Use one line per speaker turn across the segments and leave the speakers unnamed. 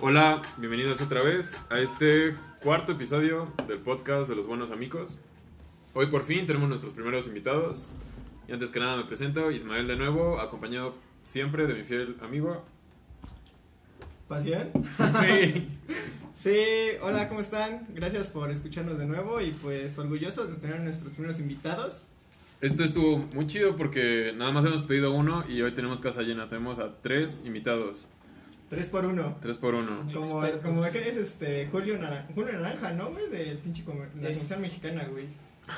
Hola, bienvenidos otra vez a este cuarto episodio del podcast de los buenos amigos. Hoy por fin tenemos nuestros primeros invitados. Y antes que nada me presento, Ismael de nuevo, acompañado siempre de mi fiel amigo.
¿Pasión? sí, hola, ¿cómo están? Gracias por escucharnos de nuevo y pues orgullosos de tener a nuestros primeros invitados.
Esto estuvo muy chido porque nada más hemos pedido uno y hoy tenemos casa llena. Tenemos a tres invitados.
Tres por uno.
Tres por uno.
Como,
Expertos.
como que es este Julio, Naran- Julio Naranja, ¿no, güey? Del pinche comer- la
Es-
Comisión Mexicana, güey.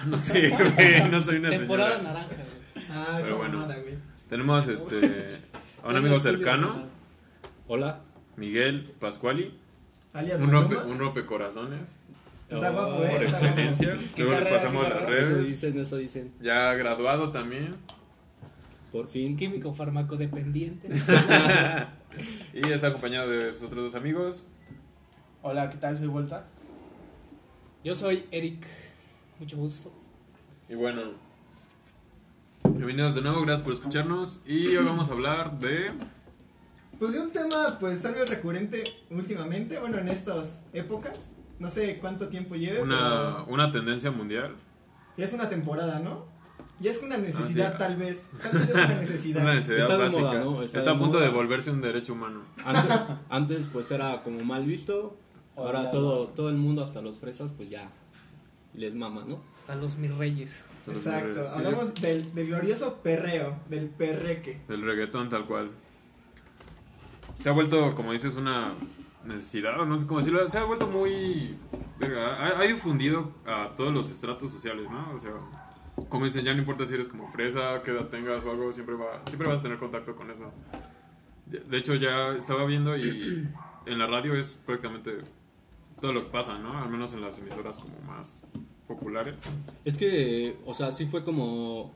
No sé, güey, no soy una
Temporada
señora.
naranja, güey.
Ah,
Pero
esa
bueno.
mamada, güey.
Tenemos este, a un amigo
Julio,
cercano,
Hola.
Miguel Pascuali.
Alias
Un rompe,
Maluma.
un rompecorazones.
Oh,
Está guapo,
Por
eh. Está guapo.
excelencia.
¿Qué
Luego les
carrera,
pasamos
qué
las
carrera?
Eso
redes.
dicen, eso dicen.
Ya graduado también.
Por fin.
Químico farmacodependiente.
y está acompañado de sus otros dos amigos.
Hola, ¿qué tal? Soy Volta.
Yo soy Eric. Mucho gusto.
Y bueno. Bienvenidos de nuevo, gracias por escucharnos. Y hoy vamos a hablar de.
Pues de un tema, pues tal vez recurrente últimamente, bueno, en estas épocas. No sé cuánto tiempo lleve,
Una, una tendencia mundial.
pero ya es una temporada, ¿no? Ya es una necesidad,
Ah, sí.
tal vez. Tal vez es una necesidad.
Una necesidad
Está de
básica.
moda, ¿no?
Está,
Está
a
de
punto de
moda.
volverse un derecho humano.
Antes, antes, pues era como mal visto. Ahora
Hola.
todo, todo el mundo, hasta los fresas, pues ya les mama, ¿no?
Están los mis reyes.
Entonces,
Exacto,
sí,
hablamos del, del glorioso perreo, del perreque.
Del reggaetón, tal cual. Se ha vuelto, como dices, una necesidad, o no sé cómo decirlo. Se ha vuelto muy. verga, ha, ha difundido a todos los estratos sociales, ¿no? O sea, como dicen, ya no importa si eres como fresa, qué edad tengas o algo, siempre, va, siempre vas a tener contacto con eso. De de hecho, ya estaba viendo y en la radio es prácticamente todo lo que pasa, ¿no? Al menos en las emisoras como más populares.
Es que, o sea, sí fue como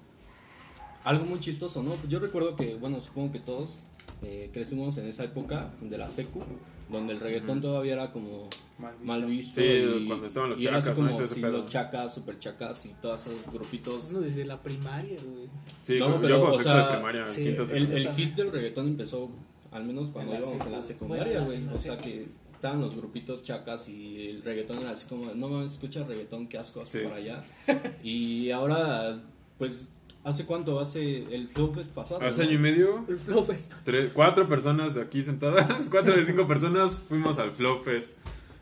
algo muy chistoso, ¿no? Yo recuerdo que, bueno, supongo que todos eh, crecimos en esa época de la secu, donde el reggaetón todavía era como
Mal visto.
mal visto.
Sí,
y,
cuando estaban los
y era así
chacas, ¿no?
como
Entonces,
sí,
pedo.
los chacas, super chacas y todos esos grupitos.
Pues, No, desde la primaria, güey.
Sí,
No,
como-
pero,
yo como
o
sexto
sea,
de primaria,
sí,
quinto,
El,
sexto.
el hit del reggaetón empezó, al menos cuando
En la
íbamos en la
secu-
secundaria,
bueno,
güey.
en la
O sea
secu.
que estaban los grupitos chacas y el reggaetón era así como, no mames, escucha reggaetón, qué asco, así
Sí.
por allá. Y ahora, pues, ¿hace cuánto? Hace el Flowfest pasado.
Hace
¿no?
año y medio.
El flow es
Tres- cuatro personas de aquí sentadas, cuatro de cinco personas fuimos al Flow Fest.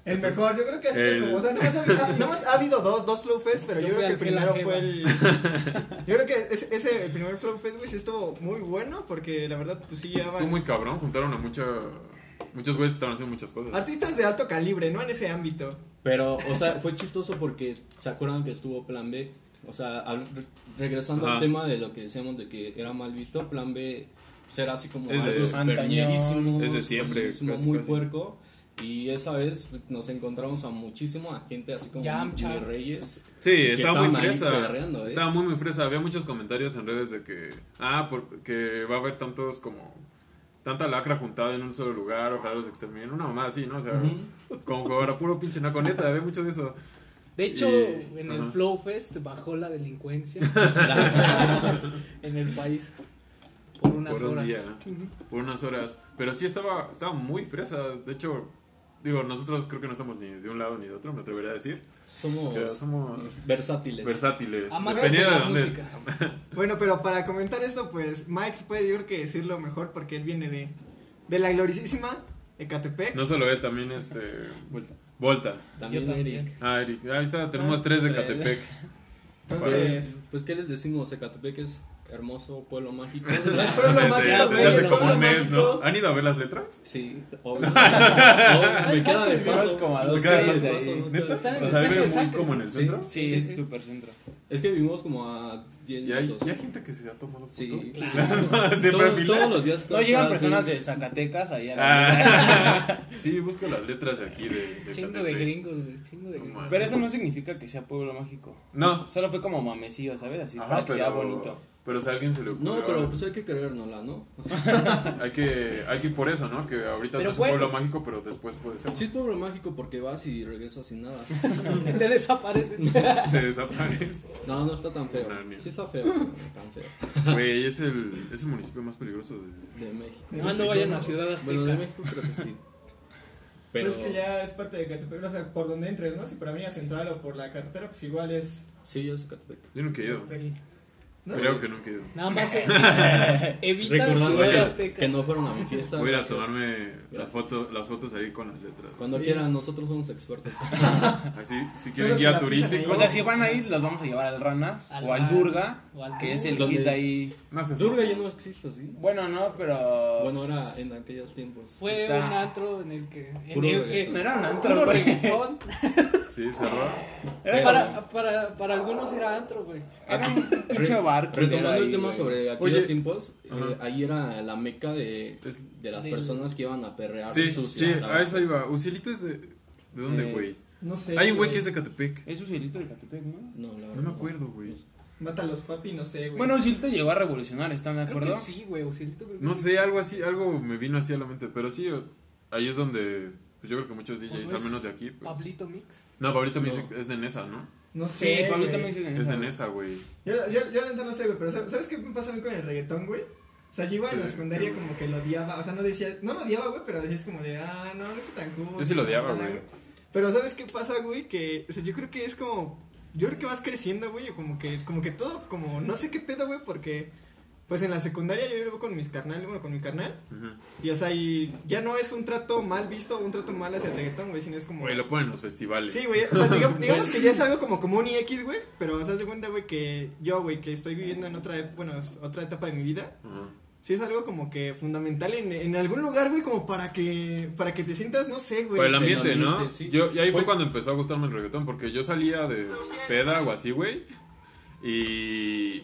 El mejor, yo creo que es
El-
como, o sea, nomás ha, habido- nomás ha habido dos, dos Flow Fest, pero yo,
Yo fui
creo que el
al Fiel
primero
Ajeva.
fue el... Yo creo que ese, ese, el primer Flow Fest, güey, sí estuvo muy bueno, porque la verdad, pues sí
Estuvo
llevaban
muy cabrón, juntaron a mucha, muchos güeyes que estaban haciendo muchas cosas.
artistas de alto calibre, ¿no? En ese ámbito.
Pero, o sea, fue chistoso porque se acuerdan que estuvo Plan B. O sea, al- re- regresando
Ajá.
al tema de lo que decíamos de que era mal visto, Plan B pues, era así como
Es de
algo súper
antañón,
ñerísimo,
es de
súper
siempre,
ñerísimo,
casi,
muy
casi.
puerco. Y esa vez pues, nos encontramos a muchísima gente así como
Yamcha.
de Reyes.
Sí, estaba
estaban
muy
ahí
fresa.
perreando, ¿eh?
Estaba muy, muy fresa. Había muchos comentarios en redes de que, ah, porque va a haber tantos como, tanta lacra juntada en un solo lugar, ojalá los exterminen. Una mamá así, ¿no? O sea, como que ahora puro pinche naconeta, había mucho de eso.
De hecho,
Y-
en
ajá.
el Flow Fest bajó la delincuencia en el país por unas
por un
horas.
día, por unas horas. Pero sí estaba, estaba muy fresa. De hecho, digo, nosotros creo que no estamos ni de un lado ni de otro, me atrevería a decir. Pero
Somos
somos
versátiles.
versátiles.
Amantes
Dependiendo
de
de
la
dónde.
música.
Bueno, pero para comentar esto, pues Mike puede yo creo que decirlo mejor porque él viene de, de la gloriosísima Ecatepec.
No solo él, también este.
Volta.
Volta.
también,
Yo también.
Eric.
Ah, Eric. Ahí está, tenemos tres de
tres.
Catepec.
Entonces,
Pues, ¿qué les decimos? Ecatepec es hermoso, pueblo mágico.
El pueblo
Desde-
más
desde
grande,
hace
el
como
pueblo
un
más
mes, ¿no?
chico.
¿Han ido a ver las letras?
Sí, obvio. Obvio, me queda de paso.
Como a
Me
dos
queda
calles de
de paso.
ahí.
dos calles.
¿Neta?
en
O
el
sea,
centro
viven
de
muy
Sacre.
como en el
Sí.
centro.
Sí,
Sí,
es
sí.
súper centro.
Es que vivimos como a 10
Y hay,
minutos.
y hay gente que se ha tomado foto.
Sí, sí.
Siempre
Todo-
fila.
todos los días.
No
o
llegan
sea,
personas
sí,
de Zacatecas ahí a la
Ah. sí, busca las letras de aquí de, de
Chingo de
Catepec.
gringos, güey. Chingo de
No
gringos.
mames.
Pero eso no significa que sea pueblo mágico.
No.
Solo fue como mamecillo, ¿sabes? Así
Ajá,
para que
pero,
sea bonito.
Pero si a alguien se le ocurrió.
No, pero pues hay que creérnosla, ¿no?
Hay que, hay que ir por eso, ¿no? Que ahorita
Pero
no es un pueblo
bueno.
mágico, pero después puede ser.
Sí es pueblo mágico porque vas y regresas sin nada.
Te desaparecen.
Te desaparece.
No, no está tan feo.
Narnia.
Sí está feo, pero no tan feo.
Güey, es el, es el municipio más peligroso de,
De México.
No, no vayan a Ciudad Azteca.
Bueno, de México creo que sí.
Pero
Pero
es que ya es parte de Catepec, o sea, por donde entres, ¿no? Si por Avenida Central o por la carretera, pues igual es.
sí, yo soy Catepec.
Yo nunca he ido.
Catepec. ¿No?
Creo que nunca he ido.
Nada más eh, evita
Recordando
Ciudad
que-
Azteca.
que no fueron a mi fiesta.
Voy a ir a
gracias.
tomarme la
Gracias.
foto, las fotos ahí con las letras.
Cuando
Sí.
quieran, nosotros somos expertos.
Así, si
Solo
quieren
se
guía
la pisan
turístico.
ahí.
O sea, si van a ir, los vamos a llevar al Ranas
Al
o al
Ranas,
Durga,
o al
que es el
Durga.
hit de ahí.
No sé.
Durga ya no existe, ¿sí?
Bueno, no, pero.
Bueno, era en aquellos tiempos.
Fue
Está-
un antro en el que. En
Puro
el que
reggaetón.
No era un antro,
puro
güey.
reggaetón.
Sí, cerró.
Pero-
Para, para, para algunos era antro, güey.
Era un pinche bar. culero
Retomando el
ahí,
tema
güey.
sobre aquellos
Oye.
tiempos, eh,
Ajá.
ahí era la meca de,
Es-
de las
Del-
personas que iban a perrear
Sí,
sucio,
sí,
¿sabes?
a eso iba. Usilito es de. ¿De dónde,
Eh,
güey?
No sé.
Hay un güey que es de Catepec.
Es Usilito de Catepec, ¿no?
No, la verdad.
No me acuerdo, güey.
Mata a los papi, no sé, güey.
Bueno, Usilito llegó a revolucionar, ¿están de
Creo
acuerdo?
que sí, güey. Usilito, creo que-
No sé, algo así, algo me vino así a la mente. Pero sí, ahí es donde. Pues yo creo que muchos
¿O
DJs,
no
al
es
menos de aquí. pues-
Pablito Mix.
No, Pablito me
No.
dice que es de Nesa, ¿no?
no
Sí,
sé.
Pablito
güey.
me dice
Es de Nesa, güey.
Yo, yo, yo la neta no sé, güey, pero ¿sabes sabes qué me pasa a mí con el reggaetón, güey? O sea, yo iba en la secundaria como que lo odiaba, o sea, no decía, no lo odiaba, güey, pero decías como de, ah, no, no es tan cool.
Yo sí lo
no está
odiaba,
nada,
güey.
Pero ¿sabes qué pasa, güey? Que, o sea, yo creo que es como, yo creo que vas creciendo, güey, o como que, como que todo, como, no sé qué pedo, güey, porque, pues en la secundaria yo vivo con mis carnal, bueno, con mi carnal,
Ujú.
y, o sea, y ya no es un trato mal visto, un trato mal hacia el reggaetón, güey, sino es como...
Güey, lo ponen en los festivales.
Sí, güey, o sea, digamos, digamos que ya es algo como común y X, güey, pero o sea, haz de cuenta, güey, que yo, güey, que estoy viviendo en otra, ep- bueno, es otra etapa de mi vida,
Ajá.
sí es algo como que fundamental en, en algún lugar, güey, como para que, para que te sientas, no sé, güey.
Para el ambiente,
el
¿no?
ambiente, sí.
Yo, y ahí fue
Fue-
cuando empezó a gustarme el reggaetón, porque yo salía de peda o así, güey. Y,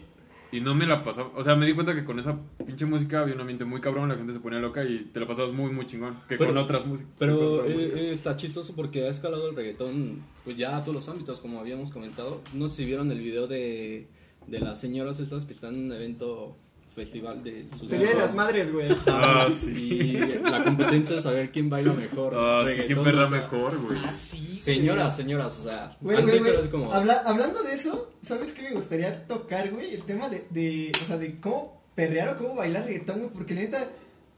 y no me la pasaba. O sea, me di cuenta que con esa pinche música había un ambiente muy cabrón, la gente se ponía loca y te la pasabas muy, muy chingón. Que
Pero-
con otras músicas.
Pero eh, eh, está chistoso porque ha escalado el reggaetón pues ya a todos los ámbitos, como habíamos comentado. No sé si vieron el video de, de las señoras estas que están en un evento festival de sus
Pelea de
hijos.
las madres, güey.
Ah,
Y la competencia es saber quién baila mejor.
Ah, sí, qué
reggaetón,
perra
o sea,
mejor, güey.
Ah, sí.
Señoras, señoras, o sea,
Güey, güey,
antes
güey,
era así como...
habla- hablando de eso, ¿sabes qué me gustaría tocar, güey? El tema de, de, o sea, de cómo perrear o cómo bailar reggaetón, güey, porque la neta...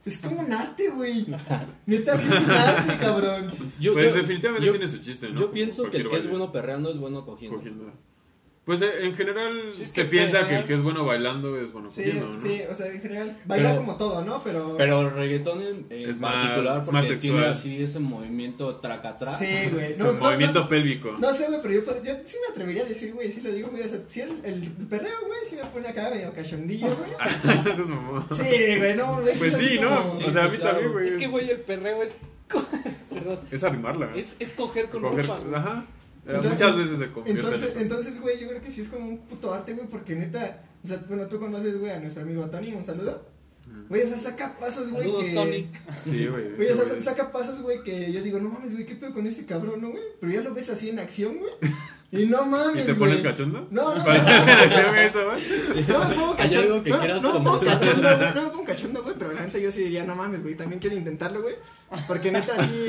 Es como un arte, güey. Neta, sí es un arte, cabrón.
Yo-
pues
yo-
definitivamente
yo-
tiene su chiste, ¿no?
Yo
Como
pienso que el
cualquier
que es
baile.
bueno perreando es bueno cogiendo.
Cogiendo. Pues eh, en general
Sí, es
se
que
piensa
perrear-
que el que es bueno bailando es bueno
Sí,
cogiendo, ¿no?
sí, o sea, en general, bailar
Pero-
como todo, ¿no? Pero...
Pero el reggaetón en, en
Es más-
particular
es
porque
más
tiene
sexual.
así ese movimiento tracatrá.
Sí, güey.
Es
No,
un
no,
movimiento
no,
pélvico.
no sé, güey, pero yo, pod- yo sí me atrevería a decir, güey, sí lo digo, güey. O sea, sí el, el perreo, güey, sí me pone acá medio cachondillo, güey.
Eso es mamón.
Sí, güey, no, güey.
Pues
así
sí,
como-
¿no?
Sí,
o sea, a mí
claro.
también, güey.
Es que, güey, el perreo es. co- Perdón.
Es arrimarla.
Es, es coger con
Coger-
ropa. güey.
ajá. Eh,
Entonces-
Muchas veces se convierte
Entonces,
en eso.
entonces, güey, yo creo que sí es como un puto arte, güey, porque neta, o sea, bueno, tú conoces, güey, a nuestro amigo Tony, un saludo. Güey, o sea, saca pasos, güey.
Saludos,
que-
Tony.
Sí, güey.
Güey,
sí,
o sea, sa-
güey.
saca pasos, güey, que yo digo, no mames, güey, qué pedo con este cabrón, ¿no, güey? Pero ya lo ves así en acción, güey. Y no mames,
¿Y te pones
güey.
cachondo?
No, no,
¿Para
no.
qué se le llama eso, güey?
No me pongo
Hay
cachondo.
algo que
no,
quieras
no me pongo
conocer.
cachondo, güey, no me pongo cachondo, güey, pero la neta yo sí diría, no mames, güey, también quiero intentarlo, güey. Porque neta sí.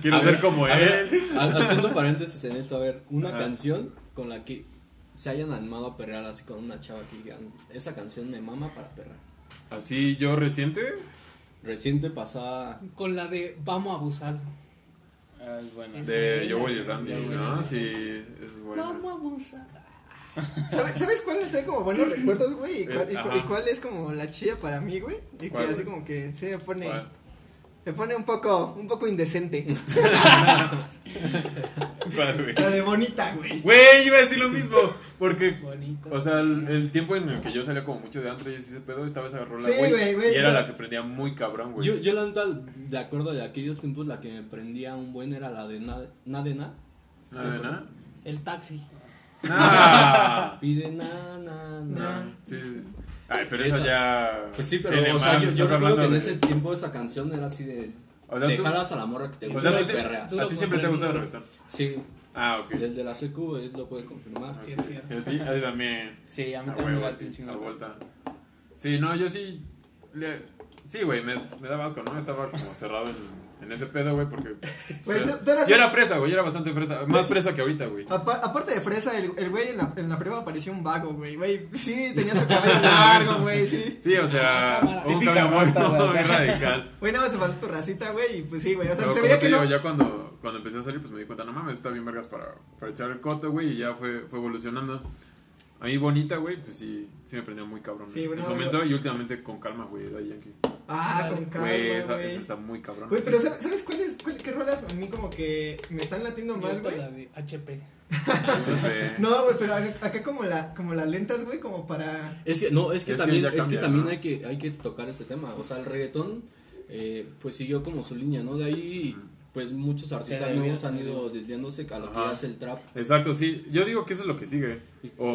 Quiero
A
ser
ver,
como
a ver,
él.
ha- haciendo paréntesis en esto, a ver, una
Ajá.
canción con la que se hayan animado a perrear así con una chava que digan, esa canción me mama para perrar.
Así yo reciente.
Reciente pasada,
Con la de vamos a abusar.
Ah, es bueno.
Es-
De
buena,
Joel y Randy,
Joel y
¿no?
Randy.
Sí, es bueno.
Vamos a abusar.
¿Sabes, ¿Sabes cuál me trae como buenos recuerdos, güey? ¿Y cuál, y, cu-
Ajá.
y cuál es como la chida para mí, güey? Y que
¿Cuál,
así
güey?
como que se me pone.
¿Cuál?
Me pone un poco, un poco indecente.
¿Cuál, güey?
La de bonita, güey.
Güey, iba a decir lo mismo. Porque,
Bonito.
o sea, el, el tiempo en el que yo salía como mucho de antro y ese pedo, esta vez agarró la
Sí, güey, güey,
Y era
o sea-
la que prendía muy cabrón, güey.
yo, yo la neta, de acuerdo de aquellos tiempos, la que me prendía un buen era la de na- na de na,
¿Nada de nada?
el taxi.
¡Ah!
pide na na na.
No.
Sí, sí. Ay, pero esa,
Esa-
ya.
Pues sí,
tiene
pero o sea,
más,
yo, yo
estás
recuerdo que en
hablando
ese
de-
tiempo esa canción era así de
O sea, tú-
dejaras a la morra que te
O
gusta
sea,
y
tú-
perreas.
a ti siempre te ha gustado el reggaetón.
Sí,
Ah, ok.
el de la CQ él lo puede confirmar.
Ah,
Sí, es cierto.
Y a ti, a ti también.
Sí, a mí
A
también me
huevo,
late un
así,
chingo.
a vuelta. Sí, no, yo sí. le- Sí, güey, me, me daba asco, ¿no? Estaba como cerrado en, en ese pedo, güey, porque.
Güey,
yo,
tú- tú eras-
yo era fresa, güey, yo era bastante fresa. Más fresa que ahorita, güey.
Apa- aparte de fresa, el, el güey en la, en la prepa parecía un vago, güey. Güey, sí, tenía su cabello largo, güey, sí.
Sí, o sea,
Cámara.
un
Típica
cambio muy
rasta, güey,
muy
acá.
radical.
Güey, nada más se faltó tu racita, güey, y pues sí, güey. O sea,
Pero
se
como
veía
te
que
digo,
no.
ya cuando, cuando empecé a salir, pues me di cuenta, no mames, está bien vergas para, para echar el coto, güey, y ya fue, fue evolucionando. A mí bonita, güey, pues sí, sí me prendió muy cabrón ¿eh?
Sí,
en
bueno,
su
yo-
momento y últimamente con calma, güey, de Daddy Yankee.
Ah, con calma,
Güey, esa, esa
güey.
está muy cabrón.
Güey, pero ¿sabes sabes cuáles, cuál- qué rolas a mí como que me están latiendo
Yo
más,
hasta
güey?
la de HP.
Entonces, eh,
No, güey, pero acá, acá como, la, como las lentas, güey, como para...
Es que no, es que
Es que
también,
ya
es que
cambia,
también
¿no?
hay que hay que tocar ese tema. O sea, el reggaetón eh, pues siguió como su línea, ¿no? De ahí pues muchos artistas
desvía,
nuevos
se
han
desvía.
ido desviándose a lo que
Ajá.
hace el trap.
Exacto, sí. Yo digo que eso es lo que sigue. O,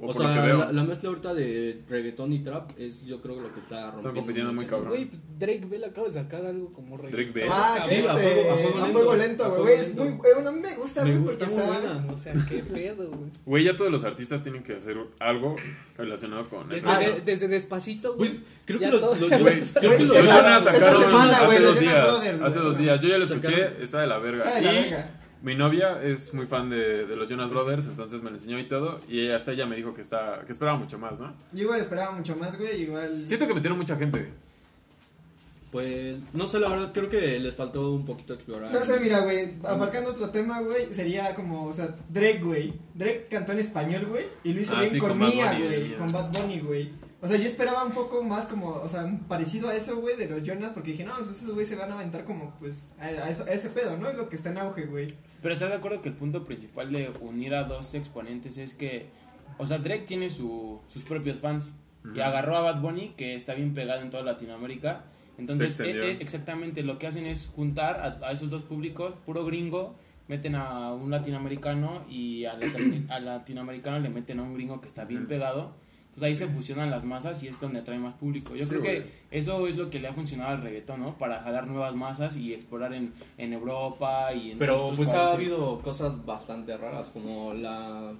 o,
O
por lo que
sea,
veo.
la, la mezcla ahorita de reggaetón y trap es yo creo lo que está rompiendo.
compitiendo muy
mucho,
cabrón.
Güey, pues Drake Bell acaba de sacar algo como rey.
Drake Bell.
Ah,
sí,
chiste,
a
a
fuego- a fuego
fuego,
lento, a
lento, güey.
fuego
güey, Es
lento.
muy... eh, bueno, a mí me gusta,
Me
güey,
gusta
porque
muy
está...
buena.
O sea, qué pedo, güey.
Güey, ya todos los artistas tienen que hacer algo relacionado con
Desde,
eso.
Ah,
de-
no.
desde despacito, güey.
Pues, creo
ya
que lo-
todos-
lo-
Güey,
Creo que
los
esta-
Jonas
esta
sacaron
semana,
hace
güey,
dos
los Jonas
días.
Brothers,
hace
güey.
dos días. Yo ya lo escuché,
Sacaron-
está de la verga.
Está de la
y
verga.
mi novia es muy fan de, de los Jonas Brothers, entonces me lo enseñó y todo. Y ella- hasta ella me dijo que está que esperaba mucho más, ¿no?
Yo igual esperaba mucho más, güey, igual...
Siento que metieron mucha gente.
Pues no sé, la verdad creo que les faltó un poquito explorar.
No sé, mira, güey, abarcando otro tema, güey, sería como, o sea, Drake, güey. Drake cantó en español, güey, y lo hizo
Ah,
bien
sí,
con,
con Bad
Mia,
Bunny,
güey,
sí.
con Bad Bunny, güey. O sea, yo esperaba un poco más como, o sea, un parecido a eso, güey, de los Jonas, porque dije, no, pues esos güey se van a aventar como, pues, a, a eso- a ese pedo, ¿no? Es lo que está en auge, güey.
Pero estás de acuerdo que el punto principal de unir a dos exponentes es que, o sea, Drake tiene su- sus propios fans y
Ujú.
agarró a Bad Bunny, que está bien pegado en toda Latinoamérica. Entonces,
Se extendió.
eh, eh, exactamente lo que hacen es juntar a, a esos dos públicos, puro gringo, meten a un latinoamericano y al, lati- al latinoamericano le meten a un gringo que está bien
Ujú.
pegado. Entonces ahí se fusionan las masas y es donde atrae más público. Yo
Sí,
creo que
güey.
eso es lo que le ha funcionado al reggaetón, ¿no? Para jalar nuevas masas y explorar en, en Europa y en
Pero
otros
pues ha
países.
habido cosas bastante raras como la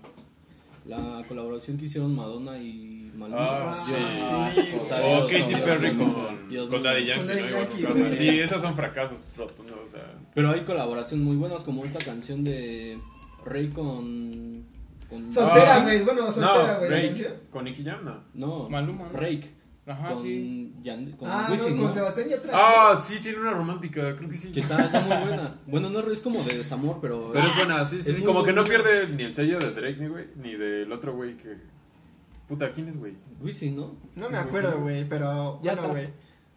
la colaboración que hicieron Madonna y Maluma.
Ah,
Dios,
Ah, sí.
o sea,
O
Dios,
Katy
Dios,
Oh, Perry
Dios,
con,
Dios
con
mío.
Daddy
Con
Yankee.
Daddy
¿no? Igual
Yankee,
con Cardi.
sí.
Sí, esas son fracasos rotundos. O sea,
Pero hay colaboraciones muy buenas como esta canción de Rey con con
Soltera,
Ah,
güey, bueno, soltera,
no,
güey. la
Drake,
canción.
con Nicky Jam, no.
No,
Maluma, ¿no?
Rake
Ajá,
con
sí.
Yan- con
Ah,
Wisin,
no, con
¿no?
Sebastián Yatra.
Ah, sí, tiene una romántica, creo que sí.
Que está, está muy buena. Bueno, no es como de desamor, pero
Pero es buena, sí, sí.
Es muy
como que no
buena.
pierde ni el sello de Drake, ni, güey, ni del otro güey que. Puta, ¿quién es, güey?
Wisin, ¿no?
No
Sí,
me
güey, sí.
acuerdo, güey, pero,
Ya
bueno,
está.
güey.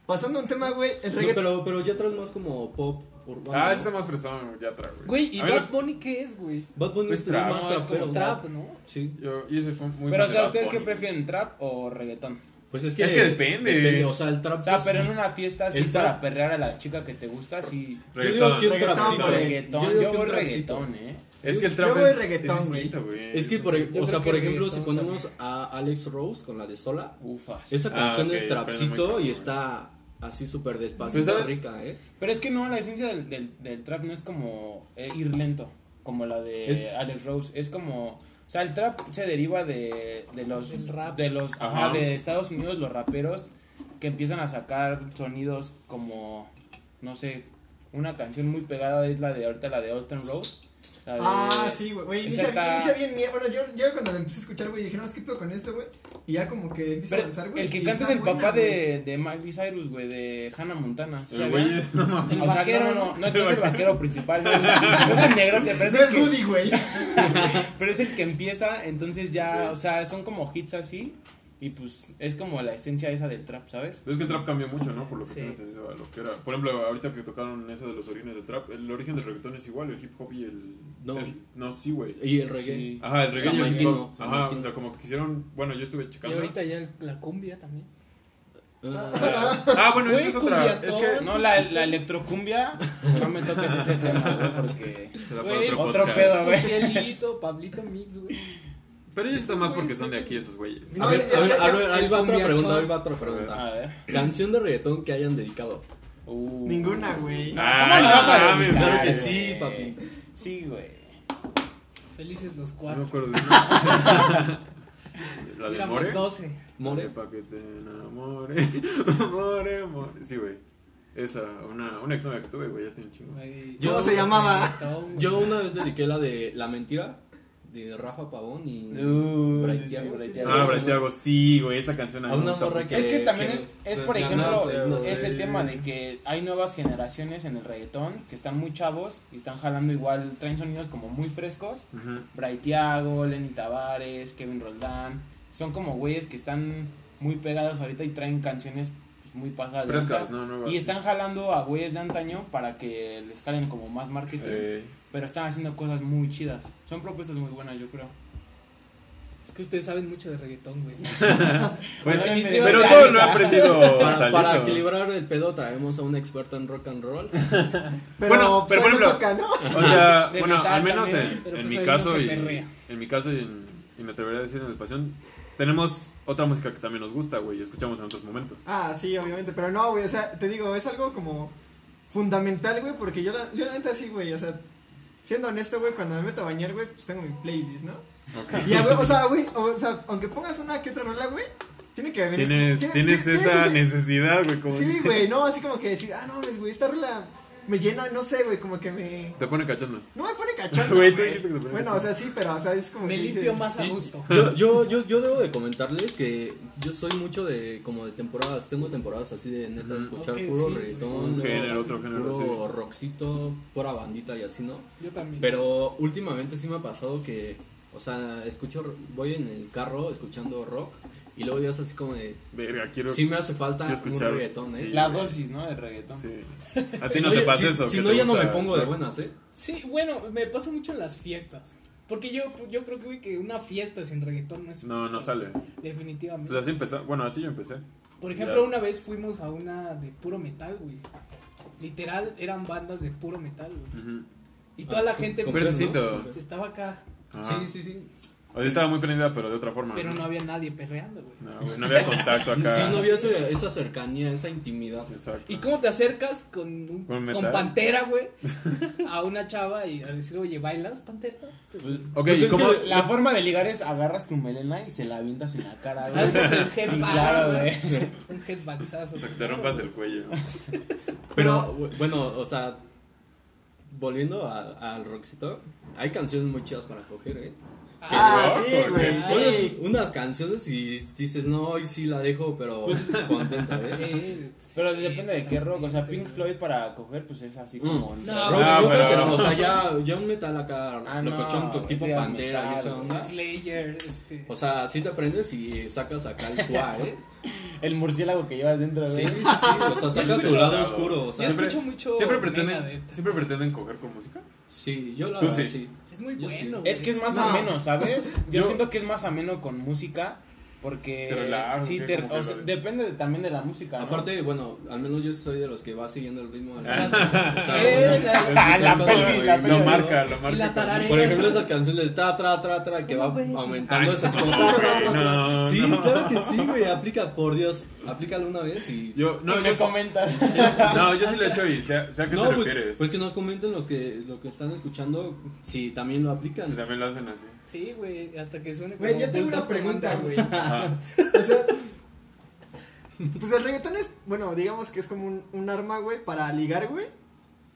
Pasando a un tema, güey, el
No,
reggaetón...
pero, pero ya traes más como pop urbano.
ah,
¿no?
este más fresón, ya trae, güey.
Güey, ¿y
A mí
Bad
lo-
Bunny qué es, güey?
Bad Bunny
Pues
es trap,
trap,
más
no, es
trapero, ¿no?
como
Es trap, ¿no?
Sí.
Yo, yo ese fue muy
Pero,
fan
o
de
sea,
Bad
¿ustedes qué
Bunny.
prefieren, trap o reggaetón?
Pues es que,
Es que depende.
O sea, el trap.
O sea,
es-
pero en una fiesta, sí,
El
para
trap.
perrear a la chica que te gusta, sí.
Yo digo que un
Reggaetón,
trapcito. ¿eh?
güey.
Reggaetón,
Yo
yo,
digo que
voy
un trapcito.
reggaetón, ¿eh?
Es que el
Yo
trap
voy
es,
reggaetón,
es
güey.
distinto, güey.
Es que, por,
ahí.
e- o
creo
sea,
que
por ejemplo, si
reggaetón
ponemos a Alex Rose con la de Sola,
Ufas.
esa
Ah,
canción
ok, prende
es
muy cabrón,
trapcito y
güey.
está así súper
Pues,
despacito,
¿sabes?
rica, ¿eh?
Pero es que no, la esencia del, del, del trap no es como eh, ir lento, como la de
Es-
Alex Rose. Es como. O sea, el trap se deriva de, de los.
Del rap.
De los.
Ajá.
ajá, de Estados Unidos, los raperos que empiezan a sacar sonidos como. No sé. Una canción muy pegada es la de ahorita, la de Old Town Road. la de-
Ah, sí, güey, güey.
Esa
Inicia,
está-
inicia bien mierda. Bueno, yo, yo cuando la empecé a escuchar, güey, dije, no, es que pedo con esto, güey. Y ya como que empieza
Pero
a avanzar, güey.
el que
y
canta es
está
el
buena,
papá
güey.
de, de Miley Cyrus, güey, de Hannah Montana. ¿sí
El
sabían?
güey es. No mames.
O sea,
vaquero,
no, no, no,
¿no?
no, es el vaquero principal, no, no es el negrote, pero es,
No
el
es
que,
Woody, güey.
pero es el que empieza, entonces ya, o sea, son como hits así, y pues es como la esencia esa del trap, ¿sabes?
Es que el trap cambió mucho, ¿no? Por lo que
Sí.
tengo entendido a lo que era. Por ejemplo, ahorita que tocaron eso de los orígenes del trap, el origen del reggaetón es igual, el hip hop y el.
No.
el- no, sí, güey.
Y el reggae.
Sí.
Ajá, el reggae Ah, y el hip hop.
Jamaicano,
Ajá,
jamaicano.
o sea, como que quisieron. Bueno, yo estuve
Y
checando.
ahorita ya el- la cumbia también.
Ah,
Ah, bueno, esa
Güey,
es otra. Es
cumbiatón.
que.
No, la, la electrocumbia, no me toques ese tema, güey, porque...
Será
Güey,
para otro,
otro
podcast.
pedo. Pero, güey.
Cielito, Pablito Mix, güey.
Pero ellos están
Esos
más porque
güeyes
son de
no
aquí, esos güeyes.
No,
A ver, a ver, a ver, ahí
el
va otra
cumbiachón.
pregunta, ahí va otra
A
pregunta.
ver.
Canción de reggaetón que hayan dedicado.
Uh.
Ninguna, güey.
Ah,
¿Cómo le vas a
no mames,
dedicar,
claro que
güey?
sí, papi.
Sí, güey.
Felices los
No me
cuatro.
acuerdo de una. La de More.
Éramos 12.
More. Pa' que te enamore. More, more. Sí, güey. Esa, una, una ex novia que tuve, güey, ya tiene un chingo.
Güey,
Yo-
¿Cómo se llamaba?
reggaetón,
Yo una vez dediqué la de La Mentira de Rafa Pavón y
Uy,
Bray
sí,
Thiago,
Bray
sí.
Thiago.
Ah, Brian Thiago, sí, güey, esa canción a mí
A
me
una
gusta
morra
mucho.
Es que también es,
que-
es, por
pues,
ejemplo,
ganarte, no
es el
sé.
tema de que hay nuevas generaciones en el reggaetón que están muy chavos y están jalando igual, traen sonidos como muy frescos.
Ujú.
Bray Thiago, Lenny Tavares, Kevin Roldán, son como güeyes que están muy pegados ahorita y traen canciones pues, muy pasadas. de
Frescas,
lanza.
no, no.
Y están jalando a güeyes de antaño para que les calen como más marketing,
Eh,
pero están haciendo cosas muy chidas. Son propuestas muy buenas, yo creo.
Es que ustedes saben mucho de reggaetón, güey.
pues,
Ay, me-
pero
me-
todo lo he aprendido
Para,
solito.
para equilibrar el pedo traemos a un experto en rock and roll.
Pero,
Bueno, pero
solo
por ejemplo-
toca, ¿no?
O sea,
De
bueno,
metal
al menos
también,
en,
pero
en
pues
mi
ahí
caso
no se
y,
perrea.
en mi caso y, en- y me atrevería a decir en el pasión, tenemos otra música que también nos gusta, güey, y escuchamos en otros momentos.
Ah, sí, obviamente, pero no, güey, o sea, te digo, es algo como fundamental, güey, porque yo la, yo la neta sí, güey, o sea, siendo honesto, güey, cuando me meto a bañar, güey, pues tengo mi playlist, ¿no?
Ok.
Y, a güey, o sea, güey, o sea, aunque pongas una que otra rola, güey, tiene que haber...
Tienes,
tiene-
tienes
tiene-
esa
tienes
necesidad, güey, como
ese- Sí,
dice.
güey, no, así como que decir, ah, no, mames, güey, esta rola me llena, no sé, güey, como que me...
Te pone cachando.
No me pone cachondo,
Güey,
güey.
tú dijiste que te ponía
Bueno, o
cachondo.
sea, sí, pero, o sea, es como...
Me
que
limpio
dices,
más a gusto.
Yo, yo, yo, yo debo de comentarles que yo soy mucho de como de temporadas, tengo temporadas así de neta escuchar
Ok,
puro
sí.
reggaetón,
Un
luego
género, otro género,
puro
sí.
rockcito, pura bandita y así, ¿no?
Yo también.
Pero últimamente sí me ha pasado que, o sea, escucho, ro- voy en el carro escuchando rock y luego ya es así como de,
Verga, quiero...
sí me hace falta
quiero
un
escuchar,
reggaetón, ¿eh?
sí.
La dosis, ¿no? De reggaetón.
sí. A ti no
Si
te
yo-
pasa
si-
eso.
Si
que
no,
te
ya no me
gusta-
pongo de buenas, ¿eh?
Sí, bueno, me pasa mucho en las fiestas. Porque yo, yo creo que, güey, que una fiesta sin reggaetón no es
No,
fiesta,
no sale.
güey, Definitivamente.
Pues así empezó, bueno, así yo empecé.
Por ejemplo,
Claro.
una vez fuimos a una de puro metal, güey. Literal, eran bandas de puro metal, güey.
Ujú.
Y
Ah,
toda la gente
Pero
Confieso,
es
pues,
distinto. Ah.
¿no?
estaba acá,
Ajá.
Sí, sí, sí.
O sea, estaba muy prendida, pero de otra forma.
pero no había nadie perreando, güey.
No, güey, no había contacto acá.
Sí, no había ese- esa cercanía, esa intimidad.
Exacto.
¿Y cómo te acercas con, un-
¿Con
con,
metal?
Pantera, güey? A una chava y a decir, oye, ¿bailas, Pantera?
Ok,
Pues
¿y
es
cómo...?
que La forma de ligar es agarras tu melena y se la avientas en la cara, güey.
Haces Ah, el
Sí,
headbang,
claro,
güey.
güey.
Un headbangsazo.
Hasta que te rompas el cuello.
Pero, bu- bueno, o sea, volviendo a- al rockcito, hay canciones muy chidas para coger, ¿eh?
Ah,
Qué
sí,
loco,
güey,
Pones
sí.
unas canciones y dices, no, hoy sí la dejo, pero
Pues,
contenta, ¿eh?
Sí, sí,
Pero depende de qué rock. O sea, Pink
güey.
Floyd para coger, pues es así
Mm.
como.
No,
Rock,
No,
sí,
pero-
pero... o sea, ya, ya un metal acá,
Ah,
locochón,
no,
tipo
sí,
pantera
metal,
y esa
güey.
onda.
Slayer, este.
Pues,
O sea, sí te aprendes y sacas acá el cuar, ¿eh?
El murciélago que llevas dentro,
Sí,
güey.
sí, sí. O sea, saca tu lado oscuro, o
Yo
sea.
siempre-
escucho mucho.
¿Siempre
Megadeth.
pretenden, ¿Siempre pretenden coger con música?
Pues, Sí, yo la
Tú
verdad,
sí.
sí.
Es muy
Yo
bueno,
sí.
güey.
Es que es más
No.
ameno, ¿sabes? Yo,
Yo-
siento que es más ameno con música. Porque.
Te relaja,
sí,
¿qué?
te-
Como que
o sea,
lo-
depende de- también de la música. ¿no?
Aparte, bueno, al menos yo soy de los que va siguiendo el ritmo. de la
Ah.
canción, o sea,
Eh,
bueno,
la- la
sí,
peli, la
güey,
peli.
Lo marca, lo marca.
Y la tararea.
Por ejemplo, esas canciones de tra, tra, tra, tra, que va
No, güey, sí.
Ay,
aumentando
no,
esas
güey, no,
Sí,
no.
claro que sí, güey. Aplica, por Dios. Aplícalo una vez y.
Yo, no,
No,
yo,
me
sí-
comentas.
no, yo sí lo he hecho y sé, a- sé a qué
no,
te
pues,
refieres.
pues que nos comenten los que, los que están escuchando si también lo aplican.
Si también lo hacen así.
Sí, güey, hasta que suene.
Güey,
como
yo tengo una
Bulldog
pregunta,
Commander.
güey.
Ajá.
O sea, pues el reggaetón es, bueno, digamos que es como un, un arma, güey, para ligar, güey.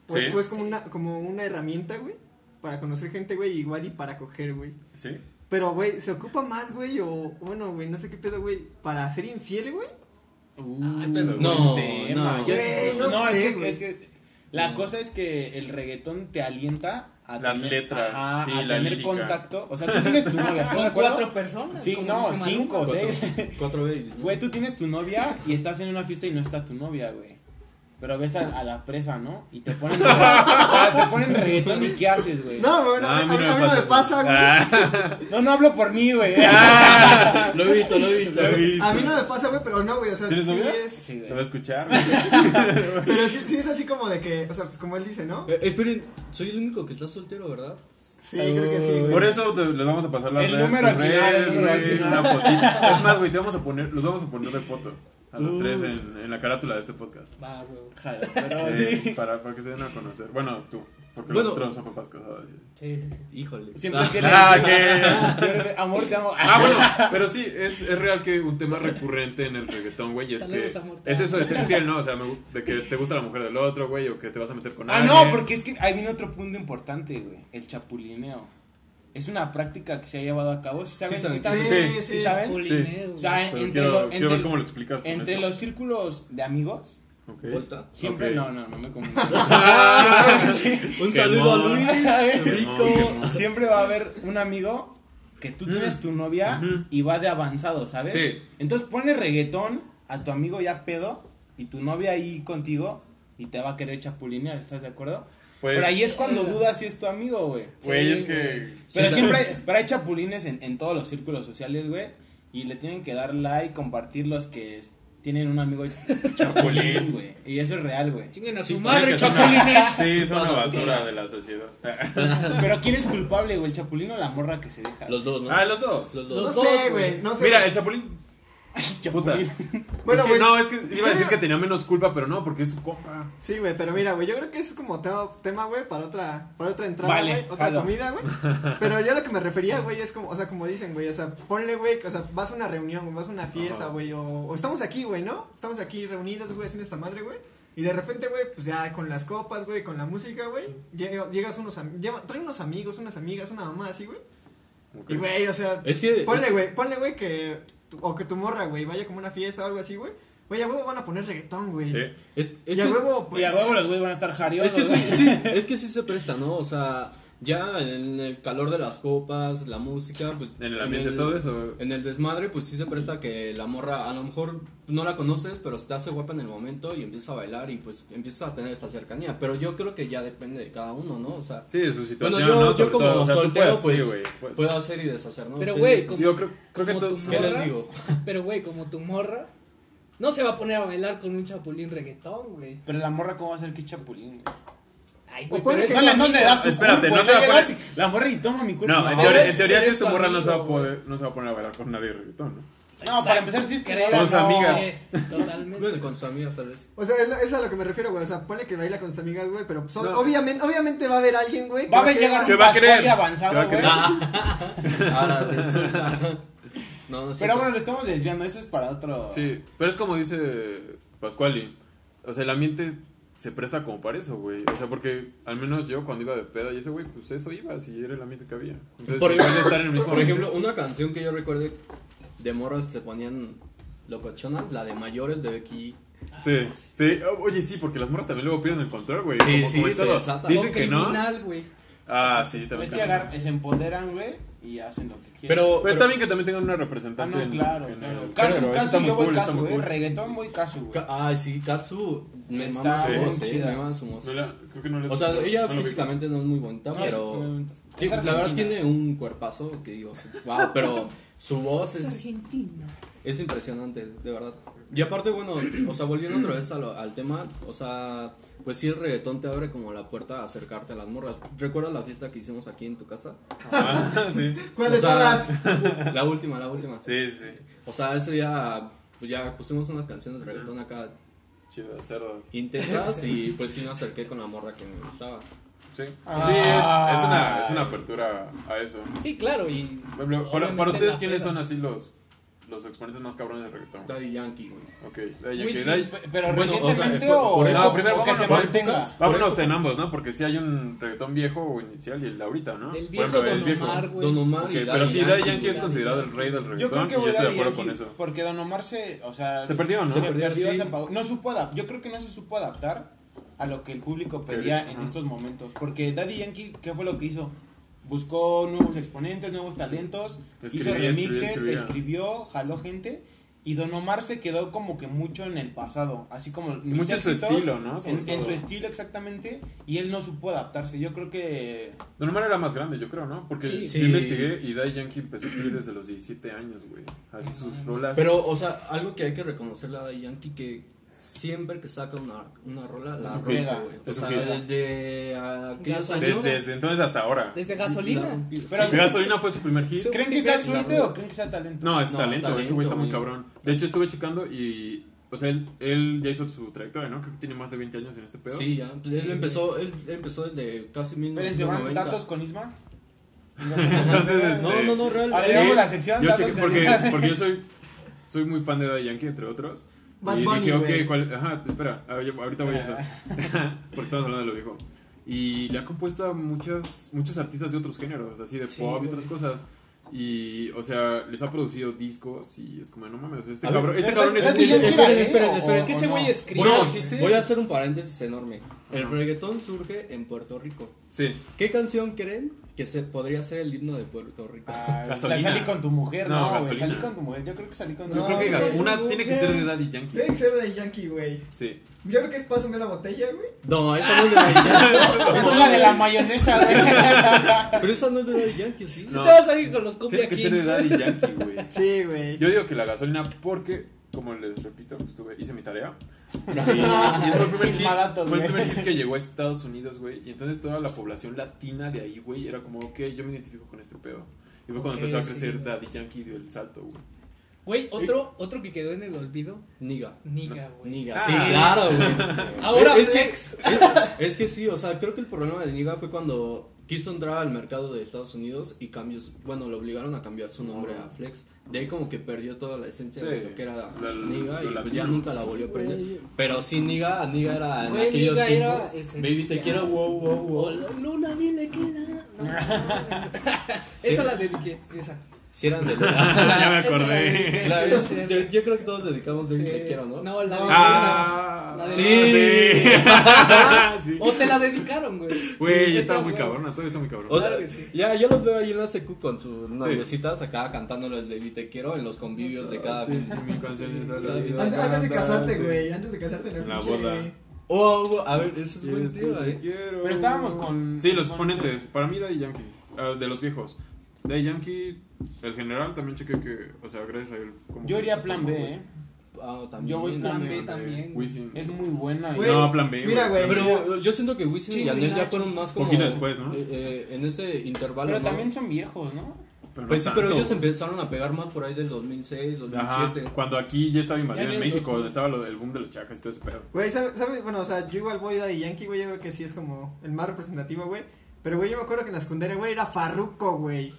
O
Sí.
es, o es como, una, como una herramienta, güey, para conocer gente, güey, igual y para coger, güey.
¿Sí?
Pero, güey, ¿se ocupa más, güey? O, bueno, güey, no sé qué pedo, güey, para ser infiel, güey.
Ay, pero
no,
buen
no,
yo-
Güey,
no,
no
es,
sé,
que, es que-
güey.
es que la cosa es que el reggaetón te alienta a
Las
tener,
letras,
ajá,
sí,
a
la
tener
lírica.
contacto. O sea, tú tienes tu novia, ¿estás de
Con
acuerdo?
cuatro personas.
Sí,
como
no,
dice Maluma.
cinco,
Cuatro,
seis.
cuatro babies. ¿no?
Güey, tú tienes tu novia y estás en una fiesta y no está tu novia, güey. Pero ves a, a la presa, ¿no? Y te ponen, o sea, te ponen reggaetón y ¿qué haces, güey? No,
No, güey,
Ah,
no, a, mí- a mí no me pasa, güey.
no, hablo por mí, güey. Ah,
Lo he visto, lo he visto.
A mí no me pasa, güey, pero no, güey, o sea,
¿Tienes
sí
novia?
es...
Sí,
Lo voy a
güey.
escuchar.
Pero sí, sí es así como de que, o sea, pues como él dice, ¿no?
Eh, esperen, soy el único que está soltero, ¿verdad?
Sí, creo que sí, güey.
Por eso te- les vamos a pasar las
El
redes,
número al
tus
final, el
redes,
número al
güey,
final.
una fotito. Es más, güey, te vamos a poner, los vamos a poner de foto. a los
Uh.
tres en, en la carátula de este podcast.
Va, huevo.
Jala, pero
Eh,
sí.
Para, para que se den a conocer. Bueno, tú, porque
Bueno.
los otros son papás casados.
Sí, sí, sí.
Híjole.
Siempre que le
Ah,
decimos, siempre- Amor, te amo.
Ah, bueno, pero sí, es, es real que un tema recurrente en el reggaetón, güey, es que
Saludos, amor, te
es
amo.
eso de ser fiel, ¿no? O sea, me gu- de que te gusta la mujer del otro, güey, o que te vas a meter con
Ah,
alguien.
no, porque es que ahí viene otro punto importante, güey. El chapulineo. Es una práctica que se ha llevado a cabo. ¿Sí saben?
Sí, saben.
¿Sí
Sí.
saben? ¿Sí saben?
Culineo,
O sea,
Pero
entre,
quiero, quiero
lo-
ver
entre-
cómo lo explicas. con
entre
esto.
los círculos de amigos,
Ok.
Volta.
siempre.
Ok.
No, no, no me confundo.
Un
Qué
saludo a
mono.
Luis.
Qué
Rico.
mono.
siempre va a haber un amigo que tú tienes tu novia
Ujú.
y va de avanzado, ¿sabes?
Sí.
Entonces pone reggaetón a tu amigo ya pedo y tu novia ahí contigo y te va a querer chapulinear, ¿estás de acuerdo?
Pues,
Pero ahí es cuando dudas si es tu amigo, güey.
Güey, es
Sí,
que.
Pero
Sí,
siempre hay, pero hay chapulines en, en todos los círculos sociales, güey. Y le tienen que dar like, compartir los que es- tienen un amigo chapulín, güey. Y eso es real, güey.
Chinguen a
Sí,
su
Ay,
madre,
que son-
chapulines.
Sí, es una
pasa,
basura de la sociedad.
Pero ¿quién es culpable, güey? ¿El chapulín o la morra que se deja?
Los dos, ¿no?
Ah, los dos.
Los
No
dos.
sé, güey. No sé.
Mira, el chapulín. Puta.
Chapulín.
Bueno,
Es que
güey.
no, es que iba a decir que tenía menos culpa, pero no, porque es su compa.
Sí, güey, pero mira, güey, yo creo que es como te- tema, güey, para otra, para otra entrada,
Vale,
güey, otra
jalo.
comida, güey. Pero yo lo que me refería, güey, es como, o sea, como dicen, güey, o sea, ponle, güey, o sea, vas a una reunión, vas a una fiesta,
Ajá.
güey, o, o estamos aquí, güey, ¿no? Estamos aquí reunidos, güey, haciendo esta madre, güey. Y de repente, güey, pues ya con las copas, güey, con la música, güey, llega- llegas unos, am- lleva, traen unos amigos, unas amigas, una mamá así, güey.
Ok.
Y, güey, o sea,
Es que.
Ponle,
es-
güey, ponle, güey, que. tu- o que tu morra, güey, vaya como a una fiesta o algo así, güey. Güey, a huevo van a poner reggaetón, güey.
Sí.
Es, es
y a
que es-
huevo, pues.
Y a huevo los güeyes van a estar jariosos.
Es que sí,
güey.
sí, es que sí se presta, ¿no? O sea, ya en el calor de las copas, la música, pues.
En el ambiente, todo eso.
En el desmadre, pues sí se presta que la morra, a lo mejor no la conoces, pero te hace guapa en el momento y empiezas a bailar y pues empiezas a tener esta cercanía. Pero yo creo que ya depende de cada uno, ¿no? O sea,
Sí, de su situación.
yo-
¿no?
yo
Sobre
como
todo, o sea, tú
soltero,
puedes,
pues,
sí, güey, puedes.
puedo hacer y deshacer, ¿no?
Pero,
¿Qué
güey,
les-
como-
Yo creo, creo que
como
todos.
tus
¿Qué les
morra?
digo?
Pero, güey, como tu morra, no se va a poner a bailar con un chapulín reggaetón, güey.
Pero la morra, ¿cómo va a ser que es chapulín? güey?
Ay,
O
güey,
ponle
pero
que
es
no
Dale,
tu
¿en dónde
amiga.
das tu
Espérate,
culpa?
no
O sea,
se va a
llegas
poner-
y- La morra y toma mi culpa.
No, en
No,
teoría,
eres-
en teoría si es
eres
tu
tu
morra no se va a
amigo,
poder, no se va a poner a bailar con nadie de reggaetón, ¿no?
No, para empezar, sí es tu
Creo,
novia,
Con sus
no.
amigas.
Sí,
Bueno,
totalmente.
con sus amigas, tal vez.
O sea, es, lo- es a lo que me refiero, güey. O sea, ponle que baila con sus amigas, güey. Pero pues, ob-
No.
obviamente, obviamente va a haber alguien, güey. que
Va a haber
querer-
llegar
¿Qué
un
va a
pastor
creer?
y
¿Qué va a
avanzado, güey.
creer?
Ahora resulta. No, no sé.
Pero bueno, lo estamos desviando, eso es para otro.
Sí, pero es como dice Pascuali, o sea, el ambiente se presta como para eso, güey. O sea, porque al menos yo cuando iba de peda y ese güey, pues eso iba, si era el ambiente que había. Entonces,
Por
por
ejemplo-
estar en el mismo
Por ejemplo, una canción que yo recuerde de morros que se ponían locochonas, la de mayores de Becky.
ambiente. Sí, sí. Oh, Oye, sí, porque las morras también luego pierden el control, güey.
Sí,
como-
sí,
como en
se
todo.
desatan.
Dicen
O
que no.
criminal, güey.
Ah, sí, también.
Es que
también.
agar- se empoderan, güey, y hacen lo que quieren.
Pero,
Pero está bien que también tengan una representante.
Ah, no,
en-
claro,
en
claro.
el-
Casu,
pero eso
Casu,
está muy
yo voy ¿eh?
cool, está
Casu,
muy
güey.
cool.
Reggaetón voy Casu, güey.
Ka- Ay, sí, Katsu me
Está
mama su
bien
voz, eh,
chida.
me mama su voz.
No la- creo que no la
O sea,
escuché,
ella
no la vi.
físicamente no es muy bonita,
No,
pero
es-
sí,
es
la verdad
argentina.
tiene un cuerpazo que digo, wow, pero su voz es,
Argentina.
es impresionante, de verdad. Y aparte, bueno, o sea, volviendo otra vez a lo- al tema, o sea, pues sí, el reggaetón te abre como la puerta a acercarte a las morras. ¿Recuerdas la fiesta que hicimos aquí en tu casa?
Ah, sí.
¿Cuál
O
de
sea,
todas?
La última, la última.
Sí, sí, sí.
O sea, ese día pues ya pusimos unas canciones de reggaetón acá
Chido, cerdos.
intensas y pues sí me acerqué con la morra que me gustaba.
Sí,
Ah.
sí es, es, una, es una apertura a eso.
Sí, claro, y.
Por ejemplo, Para,
obviamente
para ustedes,
la
¿quiénes
peda.
son así los, los exponentes más cabrones de reggaetón?
Daddy Yankee, güey.
Ok, de
Güey,
Yankee,
sí,
de ahí-
pe- pero
Bueno, o sea,
recientemente
por-
o,
por-
o
no, primero
que
vámonos,
se
por
mantenga.
épocas.
Vámonos en ambos, ¿no? Porque sí hay un reggaetón viejo o inicial y el de ahorita, ¿no?
Del
Por
viejo
ejemplo, el
Don Omar, güey.
Don Omar
Ok,
y
pero sí, Daddy Yankee es
Daddy
considerado el
Yankee.
rey del
Yo creo
reggaetón
que
y yo
voy a
estoy de
Daddy
acuerdo con
Yankee,
eso.
porque Don Omar se, o sea,
Se perdió, ¿no?
se
Se
perdió,
perdió,
sí.
se apagó. No supo adap- yo creo que no se supo adaptar a lo que el público
Que-
pedía en
ajá.
estos momentos, porque Daddy Yankee, ¿qué fue lo que hizo? Buscó nuevos exponentes, nuevos talentos, hizo
Escribía, escribía,
remixes,
escribía.
escribió, jaló gente y Don Omar se quedó como que mucho en el pasado, así como mis
Mucho en su
éxitos,
estilo, ¿no? Sobre
En, en su
todo.
estilo exactamente y él no supo adaptarse. Yo creo que
Don Omar era más grande, yo creo, ¿no? Porque
Sí.
yo
Sí.
investigué y Daddy Yankee empezó a escribir desde los 17 años, güey. Así sus rolas.
Pero, o sea, algo que hay que reconocerle a Daddy Yankee que siempre que saca una, una rola, la
Es un
rompe,
hit.
güey. O
Es un
sea,
hit.
desde aquellos
De-
Gasolina.
años.
desde entonces hasta ahora.
Desde
la-
gasolina.
sí,
Pero-
Gasolina fue su primer hit.
Sí.
¿Creen que sea
Claro.
suerte o creen que sea talento?
No, es
No,
talento, ese
talento,
güey está muy
güey.
cabrón. De hecho, estuve checando y. O sea, él, él ya hizo su trayectoria, ¿no? Creo que tiene más de 20 años en este pedo.
Sí, ya. Pues
Sí.
él empezó, él, él empezó desde casi
Espérense, ¿van
1990.
datos con Isma?
Entonces,
No,
este,
no, no, real.
A ver,
Sí,
vamos a la sección.
Yo
datos
chequé
con
porque,
Isma.
porque yo soy, soy muy fan de Daddy Yankee, entre otros.
Bad
y
Bunny,
dije, ok,
güey.
¿cuál? Ajá, espera, a ver, yo- ahorita voy a eso. porque estamos hablando de lo viejo. Y le ha compuesto a muchas, muchos artistas de otros géneros, así de
Sí,
pop y
güey.
otras cosas. Y, o sea, les ha producido discos y es como, no mames, o sea, este
A ver,
cabrón, este
pero-
cabrón es
pero-
un-
pero-
Esperen, esperen, esperen,
¿O-
esperen.
o
que ese
no?
güey escribe.
Bueno,
sí, sí.
Voy a hacer un paréntesis enorme. El
Ajá.
reggaetón surge en Puerto Rico.
Sí,
¿Qué canción creen que se podría ser el himno de Puerto Rico?
Ah, La
Gasolina.
salí con tu mujer,
No,
no, güey,
gasolina.
Salí con tu mujer. Yo creo que salí con tu
yo creo que
No,
gas-
güey,
una
no,
tiene que
güey.
ser de Daddy Yankee.
Tiene que ser de Yankee, güey.
Sí.
Yo creo que es Pásame la botella, güey.
No, esa no es de Daddy Yankee.
Esa es la de la mayonesa, güey.
Pero esa no es de Daddy Yankee, sí.
No.
Te vas a ir con los cumbia
Tiene que ser de
kings.
Daddy Yankee, güey.
Sí, güey.
Yo digo que la gasolina porque, como les repito, pues, tuve- hice mi tarea. Y, y ese fue el primer hit,
Malatos,
fue el
güey.
primer hit que llegó a Estados Unidos, güey. Y entonces toda la población latina de ahí, güey, era como, ok, yo me identifico con este pedo. Y fue cuando
Ok,
empezó a
sí,
crecer
güey.
Daddy Yankee y dio el salto, güey.
Güey, otro, otro que quedó en el olvido.
Niga.
Niga, güey.
Niga.
Ah.
Sí, claro, güey.
Ahora
Es que-
Flex.
Es que sí, o sea, creo que el problema de Niga fue cuando quiso entrar al mercado de Estados Unidos y cambios, bueno, lo obligaron a cambiar su nombre a Flex. De ahí como que perdió toda la esencia de
Sí.
lo que era
La-
Niga y
la-
pues ya
la-
nunca la volvió a aprender. Pero sí, Niga, Niga era en
Güey,
aquellos
Niga era
tiempos.
esencial.
Baby, te quiero, wow, wow, wow.
O la Luna, dile que la- no, no, no.
Sí.
Esa la dediqué. Esa.
Sí eran de
ya me
Esa la dediqué,
acordé.
sí,
Claro,
sí,
yo, yo creo que todos dedicamos de
sí.
te quiero, ¿no?
No, la de
Ah,
la de-
sí. Sí.
O te la dedicaron, güey.
Güey,
Sí,
está
esa,
muy
güey.
cabrona, todavía está muy
O
cabrona.
sea,
Claro que sí.
ya, yo los veo ahí en la secu con sus noviecitas acá cantándole el Baby Te Quiero en los convivios de cada fin.
Mi canción es a la
Antes-
vida
Antes, antes de casarte,
andante.
güey. Antes de casarte en el
La
pinche-
boda.
Oh, oh, a ver, eso es buen
Quieres que
tío,
te
eh.
quiero.
Pero estábamos con.
Sí, los
con-
ponentes. Para mí, Daddy Yankee. ah, de los viejos. Daddy Yankee, el general, también chequé que. O sea, gracias a él. como
Yo
que
iría
se
plan
formó,
B,
güey.
¿eh?
Ah, también.
Yo voy plan
B
Plan
también.
Wisin.
Es muy buena.
Güey,
No, plan B,
Mira,
güey.
güey.
Pero yo siento que Wisin y
Chingo,
Yandel ya
Nacho.
fueron más como.
Poquito después, ¿no?
eh, eh, en ese intervalo.
Pero
¿no?
también son viejos, ¿no?
Pero no
Pues sí, pero
tanto,
ellos
güey.
empezaron a pegar más por ahí del 2006, 2007.
Ajá, cuando aquí ya estaba invadido
Ya
en
en el
México,
2000.
donde estaba lo- el boom de los chacas y todo ese pedo.
Güey, ¿sabes? ¿sabes? Bueno, o sea, yo igual voy Daddy Yankee, güey. Yo creo que sí es como el más representativo, güey. Pero, güey, yo me acuerdo que en la secundaria, güey, era Farruco, güey.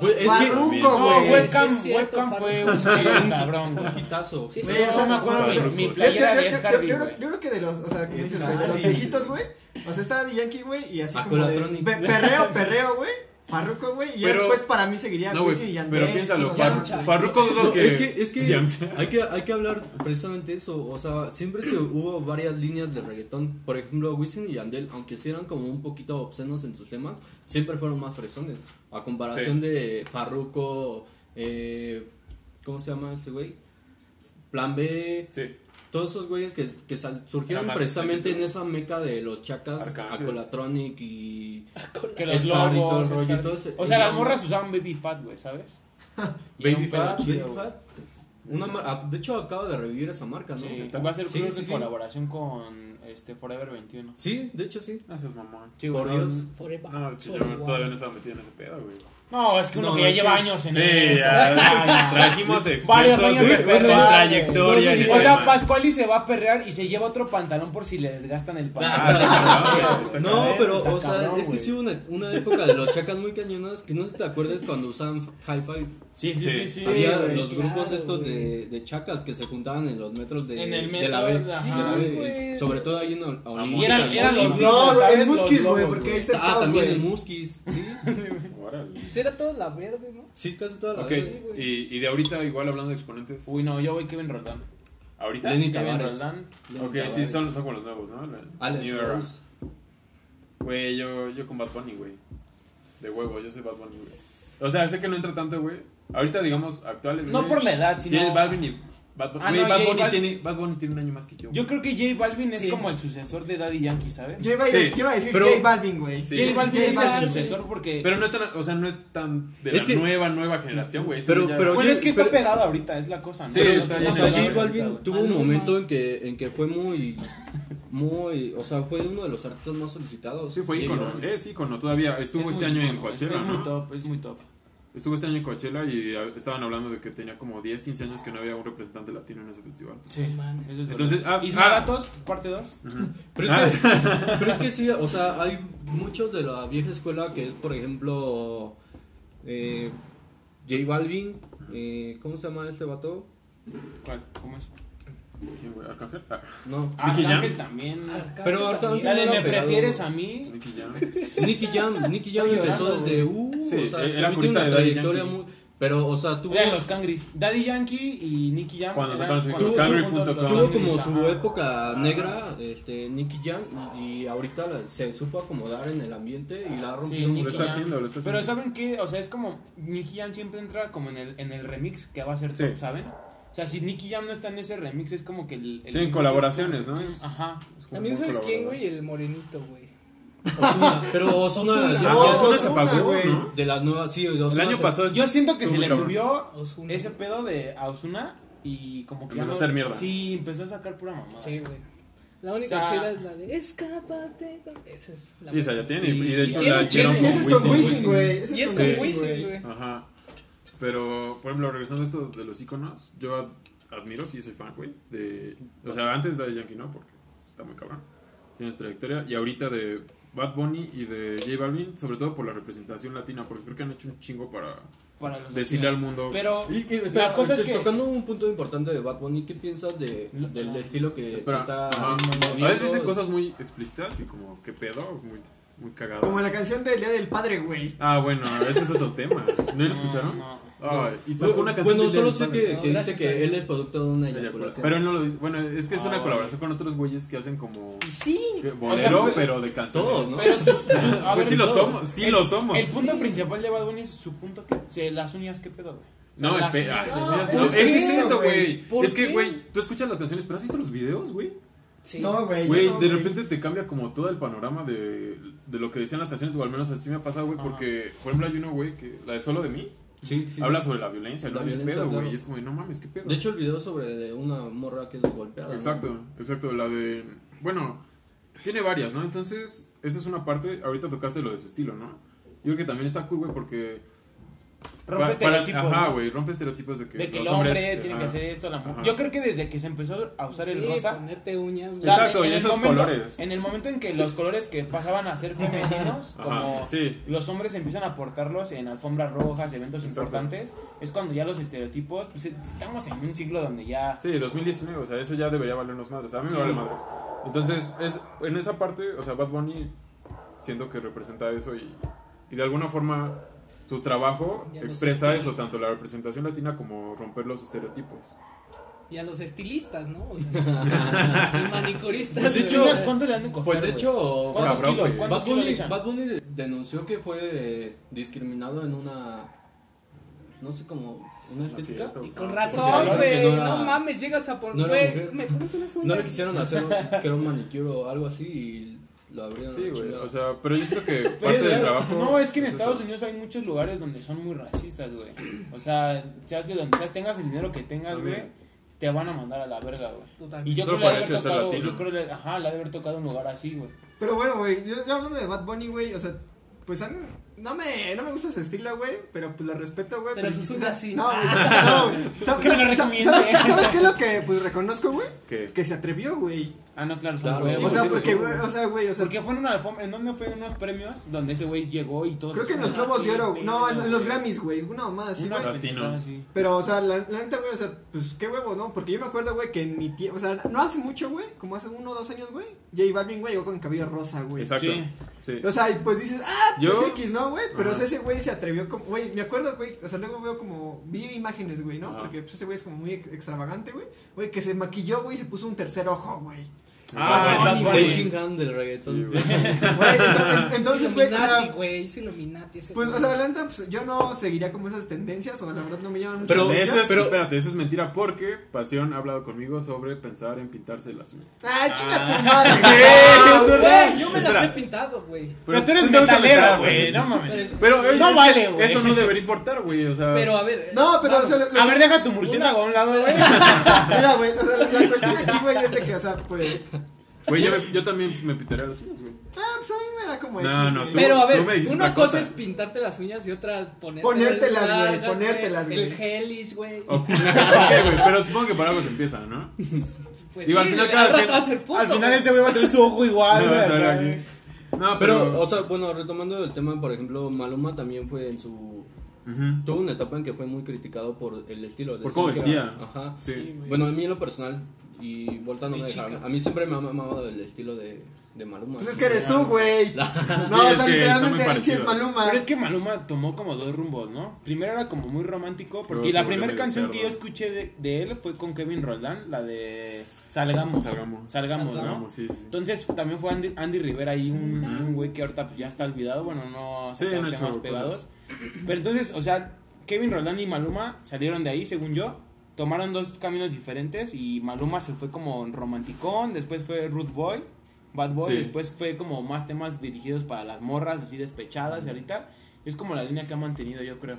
Güey, es que.
Farruko,
También.
No,
No,
güey,
webcam,
sí es cierto,
webcam
Farruko.
fue un serio cabrón,
Un
güey.
hitazo.
Sí,
Güey,
sí,
o sea,
no,
me
no,
acuerdo,
no,
o sea,
Mi
Yo, yo-
playera de
yo-
Ed
yo-
Hardy,
yo creo-
güey.
yo creo que de los, o sea, como
Ed
dices, güey, de los
Hardy.
viejitos, güey. O sea, está Daddy Yankee, güey, y así como de
Acolatronic.
pe- perreo, perreo, güey. Farruco, güey. Y ya
Pero-
después para mí seguiría
No,
Wisin y pues,
güey,
Yandel.
pero piénsalo.
y
Far-
Yamcha.
Farruko dudo
No,
que.
Es que, es que
Yams-
hay que hay que hablar precisamente eso, o sea, siempre se hubo varias líneas de reggaetón, por ejemplo, Wisin y Yandel, aunque sí eran como un poquito obscenos en sus temas, siempre fueron más fresones, a comparación de Farruko, eh, ¿cómo se llama este güey? Plan B,
Sí,
todos esos güeyes que, que sal- surgieron
Era más
precisamente en
explícito.
esa meca de los chacas,
Arcángel.
Acolatronic y...
Que
Ed
los
Hardy, todo el
lobos, Ed
rollo y
Hardy.
todo ese-
O sea, las
ese-
morras usaban Baby Fat, güey, ¿sabes? Y era
Baby
un pedo
Fat,
chido,
Baby
güey.
Fat. Una mar- ah, de hecho acaba de revivir esa marca, ¿no?
Sí,
¿Neta?
va a ser
Sí,
creo
sí,
que en
sí.
colaboración con este Forever 21.
Sí, de hecho sí.
gracias, mamón.
Sí,
Por
güey, no-
Dios.
Forever.
No, es que yo
Forever.
todavía no estaba metido en ese pedo, güey.
No, es que uno
No,
que ya
es
lleva
que-
años en
Sí,
esto.
ya. Trajimos expertos
Varios años de
de
perreo.
trayectoria.
No sé si-
en el
o sea,
tema.
Pascuali se va a perrear y se lleva otro pantalón por si le desgastan el
Ah,
pantalón.
está cabrón, está
No,
cabrón,
pero,
está
o sea,
cabrón,
es que
güey.
sí hubo una, una época de los chacas muy cañonas que no sé si te acuerdas cuando usaban hi-fi.
Sí, sí, sí, sí.
Sí,
Había
güey,
los grupos
claro,
estos
güey.
de, de chacas que se juntaban en los metros de,
En el
de la
metro,
B.
ajá,
de la B,
güey.
sobre todo ahí en Ol- Olímpica.
Y
¿no?
eran- eran los
No, güey,
lobos,
en
¿sabes? Los
Muskis, güey,
lobos,
porque ahí
güey.
está
Ah,
todos,
también
güey.
en Muskis. Sí,
Órale.
Pues era toda la verde, ¿no?
sí, casi todas las.
Ok,
Sí.
güey.
y, y de ahorita, igual hablando de exponentes.
Uy, no, yo voy Kevin Roldán.
¿Ahorita?
Lenny
Kevin
Tavares.
Roldán.
Ok, sí, son, son como los nuevos, ¿no? La-
Alex
New Era.
Rose.
Güey, yo, yo con Bad Bunny, güey. De huevo, yo soy Bad Bunny, güey. O sea, sé que no entra tanto, güey. Ahorita, digamos, actuales,
No
güey.
por la edad,
J
sino.
Balvin y Bad Bunny.
Ah,
güey,
no,
Bad,
J
Bunny
Balvin.
tiene, Bad Bunny tiene un año más que yo.
Yo creo que J Balvin es
Sí.
como el sucesor de Daddy Yankee, ¿sabes?
Yo iba a,
Sí.
yo iba a decir
Pero-
J Balvin, güey.
Sí.
J Balvin
J
es
Balvin.
el sucesor porque.
Pero no es tan, o sea, no es tan de
Es
la
que-
nueva, nueva generación, güey. Ese
Pero-
güey ya-
pero-
bueno,
yo-
es que está
pero-
pegado ahorita, es la cosa. ¿no?
Sí,
Pero no
está
está
bien.
O sea,
tan pegado
J
ahorita,
Balvin
güey.
tuvo un
Maluma.
momento en que, en que fue muy, muy, o sea, fue uno de los artistas más solicitados.
Sí, fue
J
ícono. ¿eh?
Balvin.
Es ícono todavía. Estuvo
Es
este
muy
año en
bueno,
Coachella,
Es muy
¿no?
top, es muy top.
Estuvo este año en Coachella y ah, estaban hablando de que tenía como 10, 15 años que no había un representante latino en ese festival.
Sí, eso es
Entonces,
verdad.
ah, ah.
Isma Gatos, parte 2.
Pero es, que, pero es que sí, o sea, hay muchos de la vieja escuela que es, por ejemplo, eh, J Balvin, eh, ¿cómo se llama este vato?
¿Cuál? ¿Cómo es?
¿Quién, güey? ¿Arcángel? Ah,
No,
Nicky Jam.
Arcángel también.
Pero Arcángel-
La de
no
me
era pegado.
prefieres a mí.
Nicky Jam.
Nicky Jam, Nicky Jam
Estoy
empezó
llorando,
de
güey.
uh,
Sí, eh,
o sea,
era
también
corista
tiene una
de Daddy
trayectoria
Yankee.
muy, pero, o sea, tuvo,
Vean los Cangris. Daddy Yankee y Nicky Jam.
Cuando
eran-
sacaron su-
cuando-
Cangri.com.
los
tuvo
Cangris,
como su
ajá.
época negra, este, Nicky Jam, y, y ahorita la- se supo acomodar en el ambiente y la
Sí,
rompió.
Nicky
Lo está
Jam.
haciendo, lo está haciendo.
Pero ¿saben qué? O sea, es como Nicky Jam siempre entra como en el, en el remix que va a hacer
Sí.
top, ¿saben? O sea, si Nicky Jam no está en ese remix, es como que el. el
Tienen
remix
colaboraciones,
es
¿no?
como-
Es-
Ajá.
es como
También
muy
sabes quién,
colaborador.
güey, el morenito, güey.
Ozuna, pero Ozuna,
Ozuna.
ya-
Ah,
Ozuna
Ozuna se
Ozuna,
apagó,
güey.
¿no?
de las nuevas, sí,
El
Ozuna
año
se-
pasado.
Yo siento que
estuvo
se
muy
le
cabrón.
subió
Ozuna.
ese pedo de Ausuna y como que.
Empezó
ya
a
no-
hacer mierda.
Sí, empezó a sacar pura mamada.
Sí, güey. La única
O sea-
chida es la de escápate. Esa es la
Y esa ya tiene.
Sí.
Y de hecho
Tiene
la
un
hicieron
chiste,
Ese es
con
con
Wisin.
Wisin, güey. Ese
Y es
con
con
Sí.
Wisin, güey.
Ajá. Pero, por ejemplo, regresando a esto de los iconos, yo ad- admiro, sí soy fan, güey. De, o sea, antes de Yankee, ¿no? Porque está muy cabrón. Tienes trayectoria. Y ahorita de Bad Bunny y de J Balvin, sobre todo por la representación latina, porque creo que han hecho un chingo para
Para los
decirle
latinos.
al mundo.
Pero.
Y- y- espera,
La cosa es
te-
que-
Tocando un punto importante de Bad Bunny, ¿qué piensas de, del estilo que
Espera,
Eh, está
ajá.
moviendo?
a veces dicen cosas muy explícitas y como, ¿qué pedo? Muy, muy cagadas.
Como la canción del Día del Padre, güey.
Ah, bueno, ese es otro tema. ¿No lo
No,
escucharon?
no.
Ay, y sacó una canción
Bueno,
del
solo
Día del
sé
Padre.
que,
No,
que dice
gracias,
que
eh.
él es producto de una eyaculación.
Pero él no lo dice. Bueno, es que es
Ah,
una
bueno.
colaboración con otros güeyes que hacen como
Y sí.
que bolero,
O sea,
pero de canciones.
Todos, ¿no?
Pero su- su- a
Pues
ver,
sí lo
todos.
somos, sí
El-
lo somos.
El punto principal de Bad Bunny es su punto que. se- Las uñas, ¿qué pedo, güey? O sea,
No,
las
espera.
uñas-
ah,
no,
sí, sí, no,
ese
ese
es
es eso,
eso,
güey.
¿Por
Es que,
qué?
güey, tú escuchas las canciones, pero ¿has visto los videos, güey?
Sí.
No, güey.
Güey,
no,
de repente te cambia como todo el panorama de, de lo que decían las canciones, o al menos así me ha pasado, güey,
Ajá.
porque, por ejemplo, hay uno, güey, que la de Solo de mí,
Sí, sí.
habla sobre la violencia,
La
¿no? Y el
violencia,
pedo,
claro.
güey, y es como, no mames, qué pedo.
De hecho, el video sobre de una morra que es golpeada. ¿no?
Exacto, exacto, la de... Bueno, tiene varias, ¿no? Entonces, esa es una parte, ahorita tocaste lo de su estilo, ¿no? Yo creo que también está cool, güey, porque...
Rompe
pa- para-
estereotipos,
Ajá,
¿no?
güey, rompe estereotipos de que,
De que el
los
hombre
hombres, eh,
tiene
ajá.
que hacer esto, la mujer.
Ajá.
Yo creo que desde que se empezó a usar el
Sí,
rosa.
ponerte uñas,
o
güey.
sea,
Exacto, y
el
esos
momento-
colores.
En el momento en que los colores que pasaban a ser femeninos,
Ajá,
como
sí.
los hombres empiezan a aportarlos en alfombras rojas, eventos
Exacto.
importantes, es cuando ya los estereotipos, pues estamos en un siglo donde ya...
Sí, 2019, o sea, eso ya debería valernos madres, a mí
Sí.
me vale madres. Entonces, es, en esa parte, o sea, Bad Bunny siento que representa eso y, y de alguna forma su trabajo
Ya los
expresa eso,
estilistas.
tanto la representación latina como romper los estereotipos.
Y a los estilistas, ¿no? O sea, y manicuristas.
Pues,
de
güey.
hecho-
uñas, ¿cuánto le han de costar,
Pues de
güey?
hecho,
¿cuántos
cabrón,
kilos?
güey.
¿Cuántos
Bad
kilos le
Bunny,
echan?
Bad Bunny de- denunció que fue eh, discriminado en una. No sé cómo. ¿Una estética?
fiesta,
Y con
Porque
razón,
hablaron que
güey.
no
No,
era-
mames, llegas a por.
no era
Güey,
mujer.
me pones unas uñas.
No le quisieron hacer un- que era un manicure o algo así y lo abrieron.
Sí,
a la
güey,
chingada.
o sea, pero yo creo que
Pero
parte
Pues, es
del
que-
trabajo...
No, es que en
eso.
Estados Unidos hay muchos lugares donde son muy racistas, güey. O sea, seas de donde seas, tengas el dinero que tengas, güey,
También.
te van a mandar a la verga, güey.
Total.
Y yo
Solo
creo, que le
por
ha de
el hecho de
haber
ser
tocado,
latino.
yo creo, le- ajá, le ha de haber tocado un lugar así, güey.
Pero bueno, güey, yo, yo hablando de Bad Bunny, güey, o sea, pues a mí no me, no me gusta su estilo, güey, pero pues lo respeto, güey.
Pero
sus
sus uñas sí.
No, güey, no, güey. Sa-
Que me lo
sa-
recomiende.
¿Sabes qué- sabes qué es lo que pues reconozco, güey?
¿Qué?
Que se atrevió, güey.
Ah, no, claro, son
Claro,
huevos,
sí,
o sea,
güey.
porque, güey, o sea, güey, o sea,
Porque fue en una alfombra, ¿en dónde fue unos premios? Donde ese güey llegó y todo.
creo que en los Globos de Oro, no, en, en los Grammys, güey, una más, sí, güey.
Ah,
Latinos.
Pero, o sea, la, la neta, güey, o sea, pues qué huevo, ¿no? Porque yo me acuerdo, güey, que en mi tiempo, o sea, no hace mucho, güey, como hace uno o dos años, güey, J Balvin, güey, llegó con cabello rosa, güey.
Exacto,
Sí.
sí.
O sea, y pues dices, ah,
Yo-
pues X, ¿no, güey? Pero
Ajá.
o sea, ese güey se atrevió como, güey, me acuerdo, güey, o sea, luego veo como, vi imágenes, güey, ¿no?
Ajá.
Porque pues, ese güey es como muy ex- extravagante, güey. Güey, que se maquilló, güey, y se puso un tercer ojo, güey.
Bad
Ah, Bad
Bunny,
Bunny,
El
güey.
Shinhan del reggaetón.
Sí, güey.
Güey, ento- Entonces, güey, o
Illuminati,
sea,
güey. Es Illuminati ese.
pues, o
güey.
sea, la neta, pues yo no seguiría como esas tendencias, o la verdad no me llaman mucho
Pero
la
De
atención.
eso es,
pero-
espérate, eso es mentira porque Pasión ha hablado conmigo sobre pensar en pintarse las uñas.
¡Ay, chinga
Ah.
tu
Ah,
madre!
es
güey!
verdad.
Güey, yo me las
Espera.
he pintado, güey.
Pero tú eres
no usas
metalero,
metal,
güey, no mames.
Pero,
Pero es-
No
es
vale,
que
güey.
Eso no debería importar, güey, o sea.
pero, a ver.
No, pero,
vamos.
o sea, lo- lo-
A ver, deja tu murciélago a un lado, güey.
mira, güey, o sea, la, la cuestión aquí, güey, es de que, o sea, pues,
Güey, yo, me- yo también me pintaría las uñas, güey.
ah, pues a mí me da como
No,
X,
no,
güey.
tú-
Pero a ver,
me dijiste
una
una
cosa
cosa.
es pintarte las uñas y otra ponerte
Ponértelas, güey,
largas,
ponértelas, güey.
El gelis, güey.
Ok, güey, pero supongo que por algo se empieza, ¿no?
Pues
Digo,
sí,
al final
güey,
cada
al rato
quien-
va a ser puto.
Al final
güey.
este güey va a tener su ojo igual,
No,
güey,
no,
acá,
no,
güey.
Ah,
No,
Pero, o sea, bueno, retomando el tema, por ejemplo, Maluma también fue en su.
Ujú.
Tuvo una etapa en que fue muy criticado por el estilo. de
Por cómo vestía.
Ajá.
Sí.
güey.
Bueno, a mí en lo personal, y Volta no
De
me deja,
chica.
A mí siempre me ha mamado el estilo de, de Maluma.
Pues es que eres tú, güey. No, o
es
sea,
que
literalmente
son muy
ahí sí es
parecidos.
Maluma.
Pero es que Maluma tomó como dos rumbos, ¿no? Primero era como muy romántico, porque
Luego se
la
volvió
primera
medio
canción
cerdo.
que yo escuché de, de él fue con Kevin Roldán, la de Salgamos.
Salgamos.
Salgamos, ¿no?
Vamos, sí, sí, sí.
Entonces también fue Andy, Andy Rivera ahí, un un güey que ahorita pues, ya está olvidado, bueno, no
Sí,
sacaron
no ha hecho
temas
cosas.
pegados. Pero entonces, o sea, Kevin Roldán y Maluma salieron de ahí, según yo, tomaron dos caminos diferentes y Maluma se fue como romanticón, después fue Ruth Boy, Bad Boy,
Sí.
después fue como más temas dirigidos para las morras, así despechadas y ahorita es como la línea que ha mantenido, yo creo.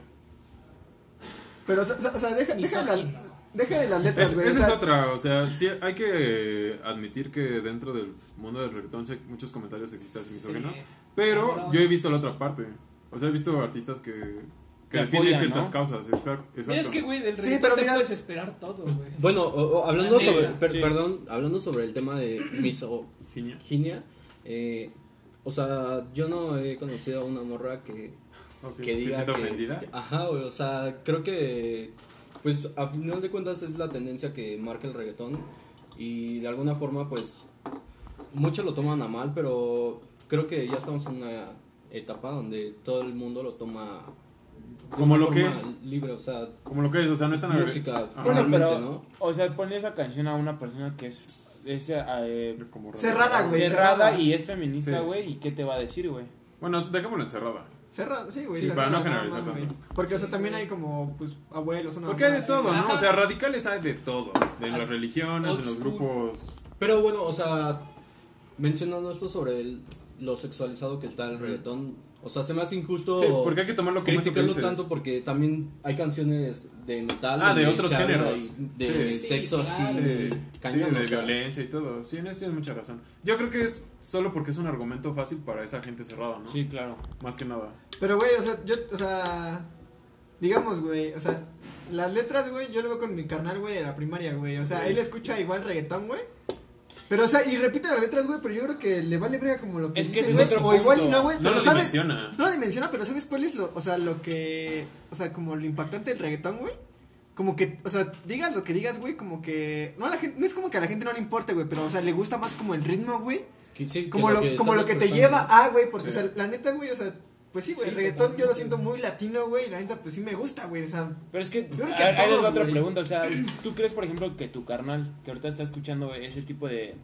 Pero, o sea, o sea, deja, deja, la-
Misógino.
deja de las letras,
Es-
Este, güey. o
esa es
sea,
otra, o sea, sí, hay que admitir que dentro del mundo del reggaetón sí hay muchos comentarios sexistas y misóginos,
Sí.
pero
Cabrón.
yo he visto la otra parte, o sea, he visto artistas que, que
Que
defienden
apoyan,
ciertas
¿no?
causas, exacto.
Mira, es que, güey, del
Sí,
reggaetón
pero
te
mira-
puedes esperar todo, güey.
Bueno, o- o hablando
Sí,
sobre.
sí.
per- Perdón, hablando sobre el tema de miso.
Genial.
Ginia, eh, o sea, yo no he conocido a una morra que,
Ok.
que
¿Te
diga que,
siento ofendida?
que- ajá, güey, o sea, creo que, pues, a final de cuentas es la tendencia que marca el reggaetón y de alguna forma, pues, muchos lo toman a mal, pero creo que ya estamos en una etapa donde todo el mundo lo toma de
Como
una
lo que
forma
es.
libre, o sea,
Como lo que es, o sea, no están
música
Ajá.
Bueno,
formalmente,
pero,
¿no?
o sea, ponle esa canción a una persona que es, es, eh,
como raro.
Cerrada, güey.
cerrada y es feminista,
Sí.
güey, ¿y qué te va a decir, güey?
Bueno, dejémoslo encerrada.
Cerra, sí, güey.
Sí,
cerra-
para no
nada
generalizar
más,
tanto.
güey. Porque, o sea,
Sí,
también
güey.
hay como, pues, abuelos, una
Porque hay de
mamada
todo,
así.
¿no?
Ajá.
O sea, radicales hay de todo, de las
Al-
religiones,
old
en los
school.
grupos...
Pero bueno, o sea, mencionando esto sobre el- lo sexualizado que está el reggaetón, o sea, se me hace injusto
Sí, porque hay que tomarlo como eso que
criticarlo
dices.
tanto porque también hay canciones de metal.
Ah, de
donde
otros
se habla
géneros.
De, de
Sí.
sexo
Sí,
así,
Sí,
cañón,
sí, de
o sea.
violencia y todo. Sí, en esto tienes mucha razón. Yo creo que es solo porque es un argumento fácil para esa gente cerrada, ¿no?
Sí, claro.
Más que nada.
Pero, güey, o sea, yo, o sea, digamos, güey, o sea, las letras, güey, yo lo veo con mi carnal, güey, de la primaria, güey. O sea, él escucha igual reggaetón, güey. Pero, o sea, y repite las letras, güey, pero yo creo que le vale brega como lo que
Es que
dice,
ese es
güey,
otro
O igual y
punto.
no, güey,
No
Pues, pero
lo
sabes,
dimensiona.
No lo dimensiona, pero ¿sabes cuál es lo, o sea, lo que, o sea, como lo impactante del reggaetón, güey? Como que, o sea, digas lo que digas, güey, como que, no a la gente, no es como que a la gente no le importe, güey, pero, o sea, le gusta más como el ritmo, güey,
Que sí, que
como lo, como
están
lo que te
expresando.
lleva a, güey, porque,
Sí.
o sea, la neta, güey, o sea, pues sí, güey,
Sí,
el reggaetón yo lo
totalmente.
siento muy latino, güey, y la neta, pues sí me gusta, güey, o sea,
Pero es que,
creo que a
ahí ahí les
todos,
va otra
güey.
pregunta, o sea, ¿tú crees, por ejemplo, que tu carnal, que ahorita está escuchando ese tipo de,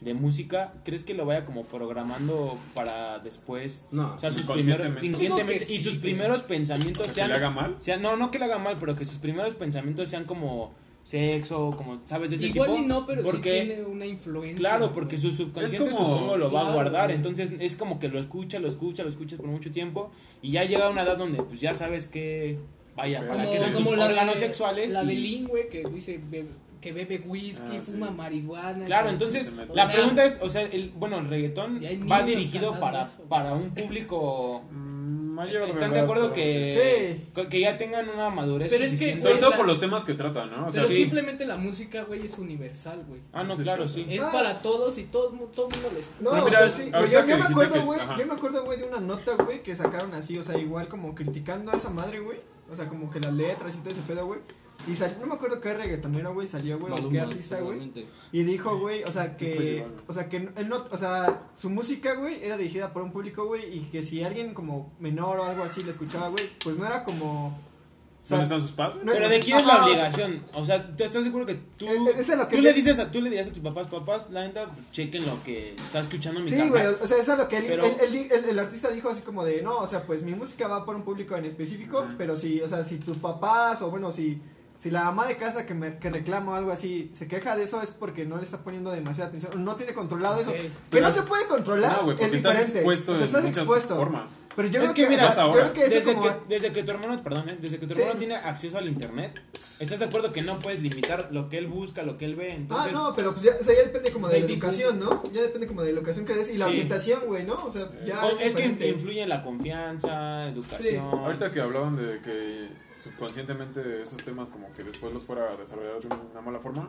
de música, crees que lo vaya como programando para después?
No,
O sea, sus
Inconscientemente.
primeros, inconscientemente,
Yo creo que
y
sí,
sus
güey.
primeros pensamientos
O sea, que
sean...
le haga mal.
sean- no, no que le haga mal, pero que sus primeros pensamientos sean como sexo, como, ¿sabes? De ese
Igual
tipo.
y no, pero sí
porque,
tiene una influencia.
Claro, porque
güey.
su subconsciente
Es como-
supongo lo va a
Claro,
guardar,
güey.
entonces es como que lo escucha, lo escucha, lo escuchas por mucho tiempo y ya llega a una edad donde pues ya sabes que vaya, para
Como,
qué son
como
tus
la
órganos
de,
sexuales
La
y-
de Lin, güey, que dice bebe- que bebe whisky,
Ah, sí.
fuma marihuana.
Claro,
que-
entonces
se mete.
la
O sea,
pregunta es, o sea, el, bueno, el reggaetón
Y hay
va
niños
dirigido
cantando
para,
eso.
para un público...
Mm, Mayor,
¿Están de acuerdo que, que ya tengan una madurez?
Pero es que,
suficiente?
Sobre
Güey,
todo
la-
por los temas que tratan, ¿no? O sea,
Pero
sí.
simplemente la música, güey, es universal, güey.
Ah, no,
Sí,
claro,
sí.
sí.
Es
Ah.
para todos y todo, todo el mundo les
No,
Pero
o
mira,
sea, sí, güey,
ahorita
yo, yo
que
me
dijiste
acuerdo,
que es-
güey,
ajá.
yo me acuerdo, güey, de una nota, güey, que sacaron así, o sea, igual como criticando a esa madre, güey, o sea, como que las letras y todo ese pedo, güey, y sal- no me acuerdo qué reggaetonero, güey, salió, güey, o qué
Maluma,
artista, güey,
seguramente.
y dijo, güey, o
puede
sea, que,
llevar, güey.
o sea, que no- él no, o sea, su música, güey, era dirigida por un público, güey, y que si alguien como menor o algo así le escuchaba, güey, pues no era como, o sea,
¿Dónde están sus padres?
no
Pero de quién es la
Ajá, o sea,
obligación? O sea, ¿tú estás seguro que tú,
Eh, eh, eso es lo que yo-
tú le dices a tú le dirías a tus papás, papás, la neta, pues, chequen lo que está escuchando mi
Sí,
carnal"?
güey, o sea, eso es lo que él-
Pero-
él- él- el, el artista dijo así como de, no, o sea, pues mi música va por un público en específico,
Ujú.
pero si, o sea, si tus papás o bueno, si, si la ama de casa que, me, que reclama o algo así se queja de eso es porque no le está poniendo demasiada atención, no tiene controlado eso.
Ok.
Que
Pero-
no se puede controlar,
No, güey,
es
porque estás
diferente.
expuesto
o sea, estás
de muchas
expuesto.
formas.
Pero yo
Es
creo
que
que,
mira,
o sea,
ahora,
yo creo que ese
desde,
como ah,
que, desde que tu hermano, perdón, ¿eh? desde que tu
Sí.
hermano tiene acceso al internet, ¿estás de acuerdo que no puedes limitar lo que él busca, lo que él ve?
Ah,
Entonces,
no, pero pues ya, o sea, ya depende como de la
Baby
educación, ¿no? Ya depende como de la educación que des y la
Sí. Eh,
orientación, güey, ¿no? O sea, ya
o- es que
diferente.
influye en la confianza, educación.
Ahorita que hablaban de que subconscientemente esos temas como que después los fuera a desarrollar de una mala forma,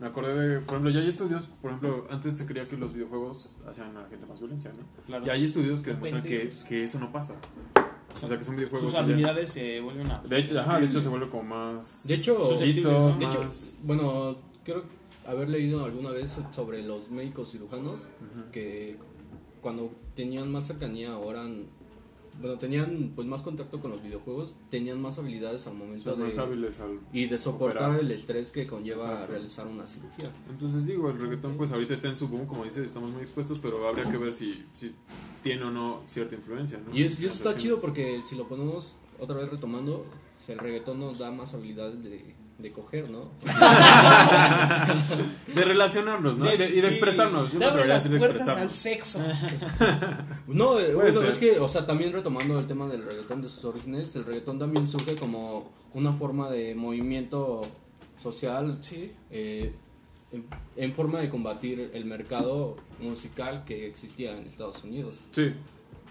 me acordé de, por ejemplo, ya hay estudios, por ejemplo, antes se creía que los videojuegos hacían a la gente más violencia, ¿no?
Claro.
Y hay estudios que demuestran que,
Pendejos.
que eso no pasa. O sea, que son videojuegos.
sus
y ya.
habilidades se vuelven una.
De hecho, ajá, de hecho se vuelve como más...
De hecho,
Susceptible,
listos,
¿no?
De hecho,
más-
bueno, creo haber leído alguna vez sobre los médicos cirujanos que cuando tenían más cercanía ahora bueno, tenían pues más contacto con los videojuegos, tenían más habilidades al momento
son más
de
hábiles al
y de soportar
operar.
el estrés que conlleva
Exacto.
realizar una cirugía.
Entonces digo, el reggaetón pues ahorita está en su boom, como dices, estamos muy expuestos, pero habría que ver si, si tiene o no cierta influencia, ¿no?
Y, es- y eso
Las
está
acciones.
chido porque si lo ponemos otra vez retomando, el reggaetón nos da más habilidad de, de coger, ¿no?
De relacionarnos, ¿no?
De-
y de, y de
sí.
expresarnos, yo
Te
me
abre
atrevería a
las
decir de
puertas al
expresarnos.
sexo.
No, eh,
Puede
bueno,
ser.
es que, o sea, también retomando el tema del reggaetón de sus orígenes, el reggaetón también surge como una forma de movimiento social
Sí.
eh, en, en forma de combatir el mercado musical que existía en Estados Unidos.
Sí.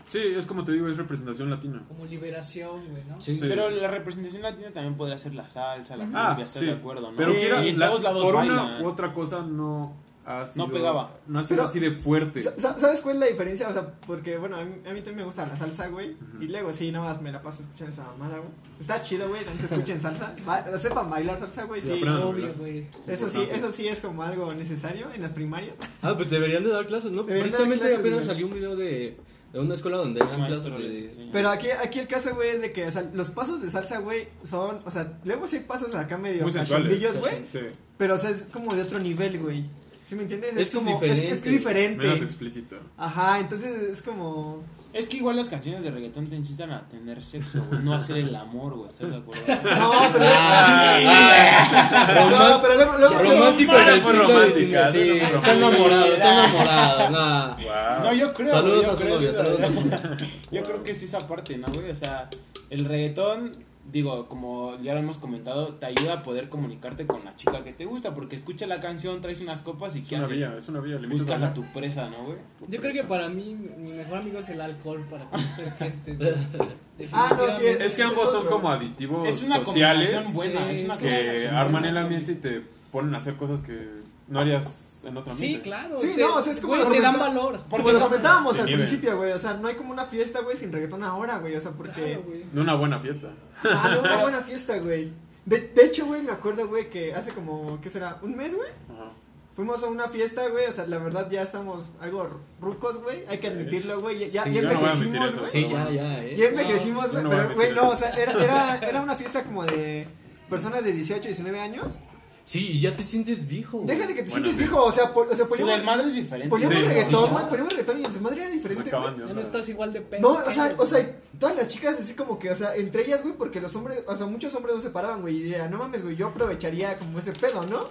Sí, es como te digo, es representación latina.
Mm,
Como liberación, güey, ¿no?
Sí.
Pero la representación latina también podría ser la salsa, la cumbia,
Ah,
¿estás
sí.
de acuerdo? ¿no?
Pero
Sí,
que era-
y en
la-
todos lados
por una
bailan.
u otra cosa no ha sido-
pegaba.
No ha sido
Pero-
así de fuerte.
Sa- sa- ¿Sabes cuál es la diferencia? O sea, porque, bueno, a mí, a mí también me gusta la salsa, güey. Y luego, sí, nada más me la paso escuchando esa mamada, güey. Está chido, güey, la neta escuchen salsa. Ba- sepan bailar salsa, güey,
Sí,
sí.
aprendan.
Obvio, güey.
Eso sí, eso sí es como algo necesario en las primarias.
Ah, pues deberían de dar clases, ¿no?
Deberían dar
Precisamente
clases,
apenas
güey.
salió un video de, de una escuela donde dan clases
Maestros,
de...
sí.
Pero aquí, aquí el caso, güey, es de que o sea, los pasos de salsa, güey, son, o sea, luego sí hay pasos acá medio
Muy sensuales.
cachondillos, güey.
Sí.
Pero, o sea, es como de otro nivel, güey. ¿Sí me entiendes?
Es
Es,
que es
como, es, que es que es
Menos
diferente.
explícita.
Ajá, entonces es como...
Es que igual las canciones de reggaetón te incitan a tener sexo, güey, no a hacer el amor, güey, ¿estás de acuerdo?
No, pero...
ah.
no, pero luego... luego-
Romántico
Romántica,
del siglo
romántica,
XIX, sí,
sí,
está enamorado, está enamorado, nada.
No, yo creo.
Saludos
güey, yo
a su
creo,
novia,
yo
saludos a su
Yo creo que es esa parte, ¿no, güey? O sea, el reggaetón, digo, como ya lo hemos comentado, te ayuda a poder comunicarte con la chica que te gusta, porque escucha la canción, traes unas copas y
Es
¿qué
una
haces?
vía, es una vía. le invitas
Buscas
bailar.
a tu presa, ¿no, güey?
Yo creo que para mí, mi mejor amigo es el alcohol para conocer gente. güey.
Ah, no, sí,
Es que
Es
ambos son
otro.
como aditivos
Es una
Pues, sociales
combinación buena,
Sí,
es una
sí.
que
combinación
arman
buena.
el ambiente y te ponen a hacer cosas que no harías en otro ambiente.
Sí, claro.
Sí,
te-
no, o sea, es como
güey,
lo
te dan
comentan-
valor.
Porque lo comentábamos
Te
al
inhiben.
principio, güey. O sea, no hay como una fiesta, güey, sin reggaetón ahora, güey. O sea, porque.
Claro, güey.
No una buena fiesta.
Ah, no, una buena fiesta, güey. De, de hecho, güey, me acuerdo, güey, que hace como, ¿qué será? ¿Un mes, güey?
Ajá.
Fuimos a una fiesta, güey. O sea, la verdad ya estamos algo rucos, güey. Hay que admitirlo, güey. Ya, ya-
Sí,
ya
yo no
voy a admitir
envejecimos,
eso.
güey.
Sí, ya, ya, eh.
Ya envejecimos,
yo
güey.
no voy a
pero, güey,
admitir
no, o sea, era, era, era una fiesta como de personas de 18, 19 años.
Sí, y ya te sientes viejo. güey.
Déjate que te
Bueno,
sientes
sí.
viejo. O sea, po- o
Pues
sea
Su
poníamos,
desmadre es diferente.
poníamos
Sí,
reggaetón,
¿no?
güey. Poníamos reggaetón y el desmadre era
Se
diferente, güey.
acaban de
Ya no
onda.
estás igual de pedo.
No, o sea,
güey.
o sea, todas las chicas así como que, o sea, entre ellas, güey, porque los hombres, o sea, muchos hombres no se paraban, güey, y dirían, no mames, güey, yo aprovecharía como ese pedo, ¿no?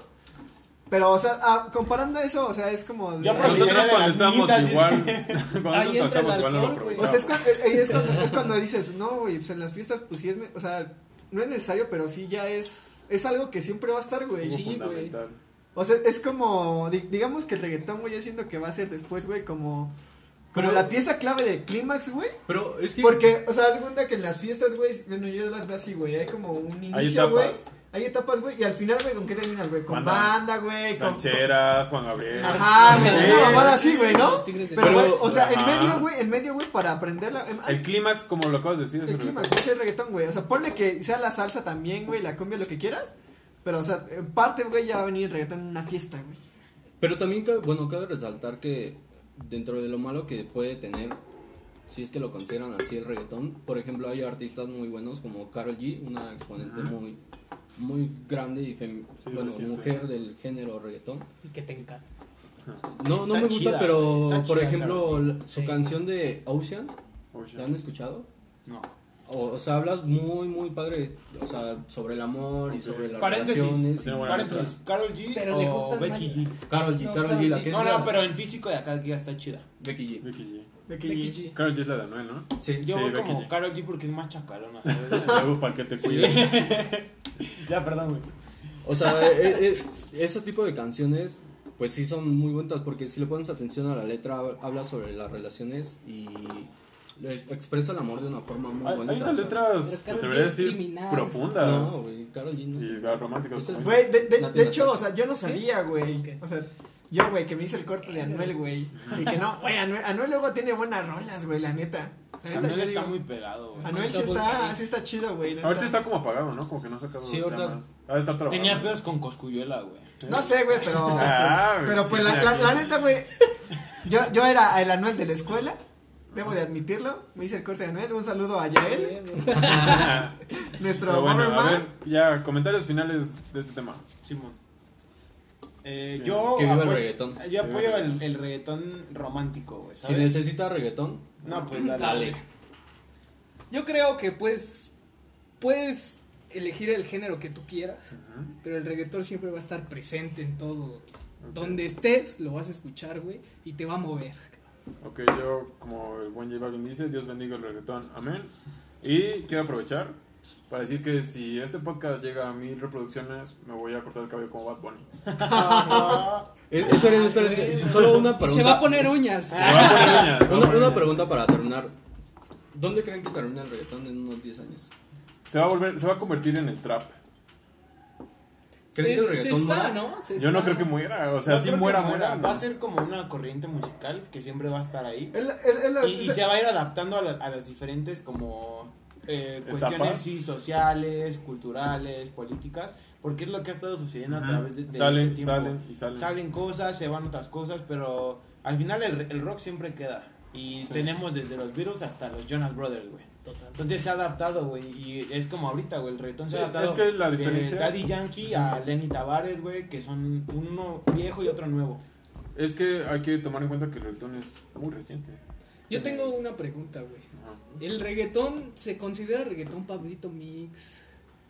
Pero, o sea, ah, comparando eso, o sea, es como... de-
Yo aprovecharía
Nosotros
de
cuando
las
estábamos
niñitas,
igual,
dice.
cuando
Ahí
nosotros cuando
entra el
estábamos igual no lo
alcohol, güey.
o sea, es
aprovechábamos.
cuando, es, es cuando, es cuando dices, no, güey, pues en las fiestas, pues sí es, ne- o sea, no es necesario, pero sí ya es, es algo que siempre va a estar, güey.
Algo
Sí, güey.
fundamental.
O sea, es como, di- digamos que el reggaetón, güey, yo siento que va a ser después, güey, como... Como
Pero-
la pieza clave de clímax, güey.
Pero es que.
Porque, o sea, haz cuenta que en las fiestas, güey, bueno, yo las veo así, güey, hay como un
Hay
inicio, güey.
etapas,
Hay etapas, güey, y al final, güey, ¿con qué terminas, güey? Con
Banda.
banda, güey, con...
rancheras, Juan Gabriel.
Ajá, güey,
Sí.
una mamada así, güey, ¿no?
Los tigres de
Pero, güey,
Pero-
o sea, en
Ajá.
medio, güey, en medio, güey, para aprenderla... em,
El clímax, como lo acabas de decir, es
el
el
clima,
reggaetón.
es el reggaetón, güey, o sea, ponle que sea la salsa también, güey, la cumbia, lo que quieras, pero, o sea, en parte, güey, ya va a venir el reggaetón en una fiesta, güey.
Pero también, cabe- bueno, cabe resaltar que dentro de lo malo que puede tener, si es que lo consideran así el reggaetón, por ejemplo, hay artistas muy buenos como Karol G, una exponente
Ajá.
muy muy grande y fem-
Sí,
bueno,
reciente.
mujer del género reggaetón.
Y que te encanta.
No, no
Está
me gusta,
chida,
pero
güey, está
por
chida,
ejemplo,
Karol
la- su
Sí.
canción de Ocean, ¿la
Ocean.
han escuchado?
No.
O, o sea, hablas muy, muy padre, o sea, sobre el amor y sobre las
Paréntesis.
relaciones. y-
Tiene buena
Paréntesis, Carol G
Pero
o
le gusta
Becky
más-
G.
Carol G,
No,
Carol
Karol
G, la
G.
que es
No,
la-
no, pero en físico de acá que ya está chida.
Becky G.
Becky G.
Becky G.
Carol G es la de Anuel, ¿no?
Sí,
Yo
Sí,
voy
Becky
como
G.
Carol G porque es más chacalona. ¿sabes?
Luego para que te cuides.
ya, perdón, güey.
O sea, eh, eh, ese tipo de canciones, pues sí son muy buenas, porque si le pones atención a la letra, hab- habla sobre las relaciones y le expresa el amor de una forma muy
Hay,
bonita.
hay
o
unas
sea.
letras,
Pero
me
Karol
atrevería
G
a
es
decir,
criminal.
profundas
No, güey, Karol G no
y
es-
románticas.
Eso es-
Güey, de, de,
No
de
tiene
hecho, o
atrás.
sea, yo no sabía, güey.
¿Qué?
O sea, yo, güey, que me hice el corte de Anuel, güey. Y que no, güey, Anuel, Anuel luego tiene buenas rolas, güey, la neta. La neta,
Samuel
yo
está
digo,
muy pegado, güey.
Anuel sí está, sí está chido, güey. la
Ahorita
neta.
está como apagado, ¿no? Como que no ha sacado
Sí, ahorita-
temas. Ha de estar trabajando.
Tenía pedos con Coscuyuela, güey.
No sé, güey, pero.
Ah, güey,
pero pues
sí,
la,
sí,
la-
aquí.
la neta, güey. Yo, yo era el Anuel de la escuela. Debo de admitirlo. Me hice el corte de Anuel. Un saludo a Yael, nuestro
Pero Ah, bueno,
Bomberman.
a ver, ya, comentarios finales de este tema.
Simón. Eh, yo
Que viva el
apoyo-
reggaetón.
Yo apoyo el, el reggaetón romántico, güey.
Si
¿sabes?
necesita reggaetón,
No, pues dale.
dale.
Yo creo que pues puedes elegir el género que tú quieras, pero el reggaetón siempre va a estar presente en todo. Donde estés, lo vas a escuchar, güey, y te va a mover.
Ok, yo, como el buen J Balvin dice, Dios bendiga el reggaetón, amén. Y quiero aprovechar para decir que si este podcast llega a mil reproducciones, me voy a cortar el cabello como Bad Bunny.
Eh, Esperen, esperen, solo una
Ah, Y
pregunta.
se va a poner uñas.
Me voy a poner uñas, me voy a
Una,
poner
una
uñas.
pregunta para terminar. ¿Dónde creen que termina el reggaetón en unos 10 años?
Se va a volver, se va a convertir en el trap.
Se,
¿Creen que el
se
reggaetón
está,
muera?
¿no? Se
Yo no
está.
creo que muera, o sea,
No
si
creo que
muera,
muera.
muera.
Va a ser como una corriente musical que siempre va a estar ahí.
Es la- es- es la-
Y, y se va a ir adaptando a, la- a las diferentes como eh,
Etapas.
cuestiones sí, sociales, culturales, políticas, porque es lo que ha estado sucediendo a través de, de
salen,
este tiempo.
salen y salen.
Salen cosas, se van otras cosas, pero al final el, el rock siempre queda. Y tenemos desde los Beatles hasta los Jonas Brothers, güey.
Total.
Entonces se ha adaptado, güey, y es como ahorita, güey, el reggaetón se ha
Sí,
adaptado.
es que la
de
diferencia-
Daddy Yankee a Lenny Tavares, güey, que son uno viejo y otro nuevo.
Es que hay que tomar en cuenta que el reggaetón es muy reciente.
Yo tengo una pregunta, güey.
Ajá.
¿El reggaetón se considera reggaetón Pablito Mix?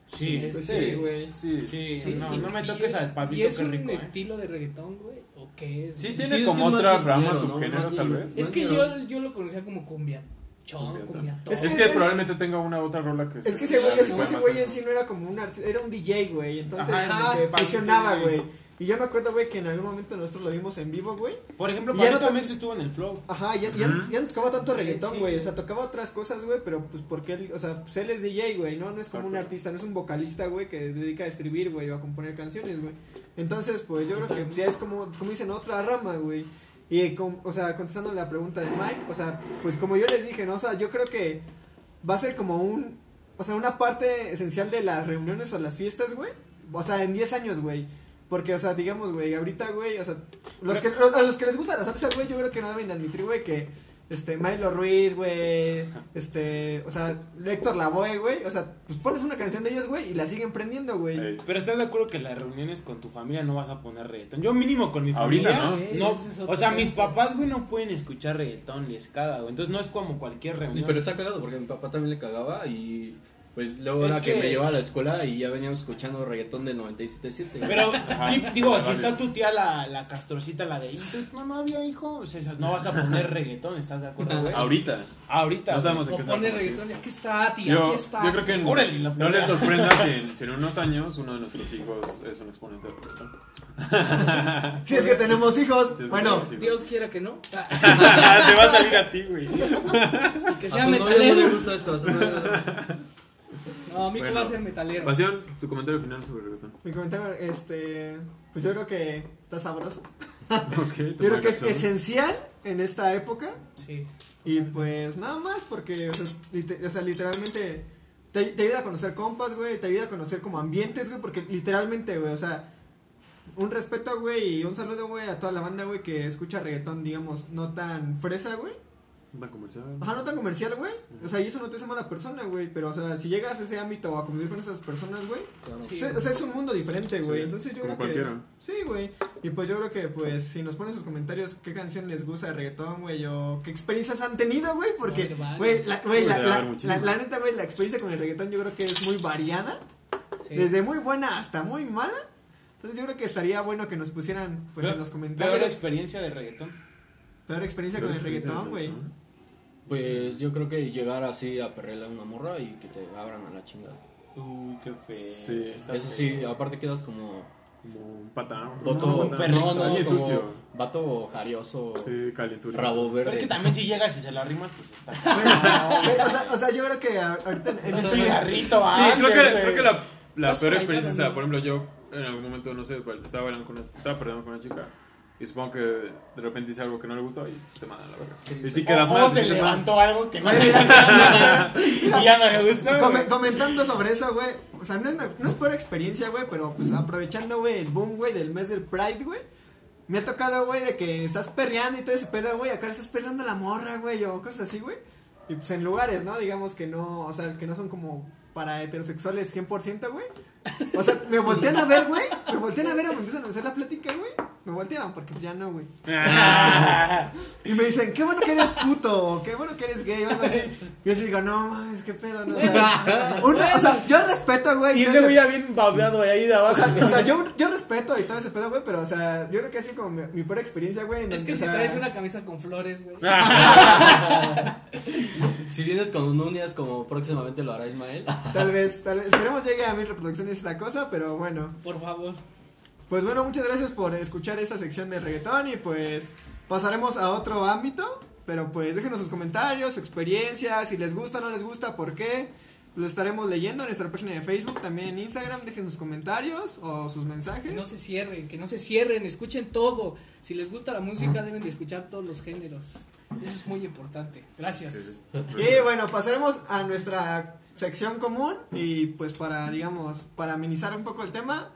Sí,
Pues
Sí, güey.
Sí,
Sí,
Sí,
no,
y-
no me
y
toques
es-
al
¿Y
Pablito,
es
qué
un
rico. eh.
estilo de reggaetón, güey? ¿O qué es?
Sí
güey?
tiene
es que
como
es más
otras ramas,
ñero, ¿no?
subgéneros,
Más
tal
ñero.
vez.
Es que
ñero.
yo, yo lo conocía como cumbiachón,
Cumbiatón.
cumbiatón.
Es que probablemente tenga una otra rola que
Es que ese güey, ese güey, ese güey en sí no era como un artista, era un DJ, güey. Entonces,
Ajá,
como que
ajá,
funcionaba,
sí,
güey. Y yo me acuerdo, güey, que en algún momento nosotros lo vimos en vivo, güey.
¿eh? Por ejemplo,
Y ya
Pablito
no te-
Mix estuvo en el flow.
Ajá, ya, ya, no- ya no tocaba tanto
Sí,
reggaetón,
sí.
güey. O sea, tocaba otras cosas, güey. Pero pues porque él, o sea, pues él es DJ, güey, ¿no? No es como un
Exacto.
artista, no es un vocalista, güey, que se dedica a escribir, güey, o a componer canciones, güey. Entonces, pues yo creo que pues, ya es como, como dicen, otra rama, güey. Y, eh, com- o sea, contestando la pregunta de Mike, o sea, pues como yo les dije, ¿no? O sea, yo creo que va a ser como un, o sea, una parte esencial de las reuniones o las fiestas, güey. O sea, en 10 años, güey. Porque, o sea, digamos, güey, ahorita, güey, o sea, los que, a los que les gusta la salsa, güey, yo creo que no deben de admitir, güey, que, este, Milo Ruiz, güey, este, o sea, Héctor Lavoe, güey, o sea, pues pones una canción de ellos, güey, y la siguen prendiendo, güey.
Ey.
Pero estás de acuerdo que las reuniones con tu familia no vas a poner reggaetón. Yo mínimo con mi
Ahorita,
familia.
¿no?
No,
Ese es otro
o sea, mis
punto.
papás, güey, no pueden escuchar reggaetón ni escada, güey. Entonces no es como cualquier
Y-
reunión.
Pero está cagado porque a mi papá también le cagaba y pues luego
Es
era que...
que-
me llevaba a la escuela y ya veníamos escuchando reggaetón del 97.7. güey.
Pero, di- digo, si
válido.
está tu tía la, la castrocita, la de, "¿Y tu mamá vio hijo? O sea, esas no vas a poner reggaetón, ¿estás de acuerdo, güey?
Ahorita.
Ahorita.
No
güey.
sabemos en
O
qué se va a
pone
convertir.
reggaetón, aquí está, tía,
Yo,
aquí está.
yo creo que no-
Órale, la
no
primera.
les sorprenda si en, si en unos años uno de nuestros hijos es un exponente de reggaetón.
Si es que tenemos hijos,
Si es que
bueno,
tenemos hijos.
Dios quiera que no.
Ah, Te va a salir a ti, güey.
Y que
A
sea
su novia no le
metalero.
gusta esto, a su novia-
No, mi hijo
Bueno.
va a ser metalero.
Pasión, tu comentario final sobre reggaetón.
mi comentario, este, pues yo creo que está sabroso.
Ok, te
Yo creo que es
agachó.
esencial en esta época.
Sí.
Y pues nada más, porque, o sea, lite- o sea, literalmente te, te ayuda a conocer compas, güey, te ayuda a conocer como ambientes, güey, porque literalmente, güey, o sea, un respeto, güey, y un saludo, güey, a toda la banda, güey, que escucha reggaetón, digamos, no tan fresa, güey.
Una comercial.
Ajá, no tan comercial, güey. O sea, y eso no te hace mala persona, güey. Pero, o sea, si llegas a ese ámbito a convivir con esas personas, güey.
Claro.
Sí.
se- O sea, es un mundo diferente, güey.
Sí,
Entonces yo
como
creo que-
cualquiera.
Sí, güey. Y pues yo creo que, pues, si nos ponen sus comentarios qué canción les gusta de reggaetón, güey, o qué experiencias han tenido, güey. Porque,
No, vale.
güey, la, güey,
Uy,
la,
debe
la-
haber muchísimas.
la- la neta, güey, la experiencia con el reggaetón yo creo que es muy variada.
Sí.
Desde muy buena hasta muy mala. Entonces yo creo que estaría bueno que nos pusieran, pues,
Pero-
en los
Peor
comentarios.
experiencia de reggaetón.
Peor experiencia con el reggaetón, güey.
Pues yo creo que llegar así a perrearle a una morra y que te abran a la chingada.
Uy, qué feo.
Sí.
está
Eso sí,
feo.
aparte quedas como
Como un patán.
vato,
No,
no,
un
no,
perrito.
como
Alguien sucio.
vato jarioso,
Sí, calentura.
rabo
Pero
verde.
es que también si llegas y se la rimas, pues está.
Güey, o, sea, o sea, yo creo que a- ahorita en
Un
este
cigarrito,
Sí,
antes,
creo que,
güey.
creo que la, la
Las
peor
bailadas,
experiencia, o sea,
¿no?
por ejemplo, yo en algún momento, no sé, bail- estaba bailando con una, estaba perdiendo con una chica y supongo que de repente hice algo que no le gustó y te mandan a la verga. y si quedas
O-
mal,
o
sí
se
te mandan.
levantó algo que no le gustaba. Y ya no le gustó.
Come-
güey.
comentando sobre eso, güey. O sea, no es, no es por experiencia, güey, pero pues aprovechando, güey, el boom, güey, del mes del Pride, güey. Me ha tocado, güey, de que estás perreando y todo ese pedo, güey. Acá estás perreando a la morra, güey, o cosas así, güey. Y pues en lugares, ¿no? Digamos que no, o sea, que no son como para heterosexuales 100%, güey. O sea, me voltean a ver, güey. Me voltean a ver o me empiezan a hacer la plática, güey. Me volteaban porque pues, ya no, güey.
Ah,
Y me dicen, qué bueno que eres puto, o qué bueno que eres gay, o algo así. Yo sí digo, no mames, qué pedo, no. O sea, un- o sea, yo respeto, güey.
Y
todo
ese
ese-
güey ya bien bableado de ahí de
o
abajo.
sea, o sea, yo, yo respeto y todo ese pedo, güey, pero, o sea, yo creo que así como mi, mi pura experiencia, güey. en
Es
el-
que
o
si
sea,
traes una camisa con flores, güey.
Ah.
Si vienes con uñas como próximamente lo hará Ismael.
Tal vez, tal vez, esperemos llegue a mil reproducciones esta cosa, pero bueno.
Por favor.
Pues bueno, muchas gracias por escuchar esta sección de reggaetón y pues pasaremos a otro ámbito, pero pues déjenos sus comentarios, su experiencia, si les gusta, no les gusta, por qué. Lo estaremos leyendo en nuestra página de Facebook, también en Instagram, dejen sus comentarios o sus
Que no
mensajes.
se cierren, que no se cierren, escuchen todo. Si les gusta la música, deben de escuchar todos los géneros. Eso es muy importante. Gracias.
Y bueno, pasaremos a nuestra sección común y pues para, digamos, para amenizar un poco el tema,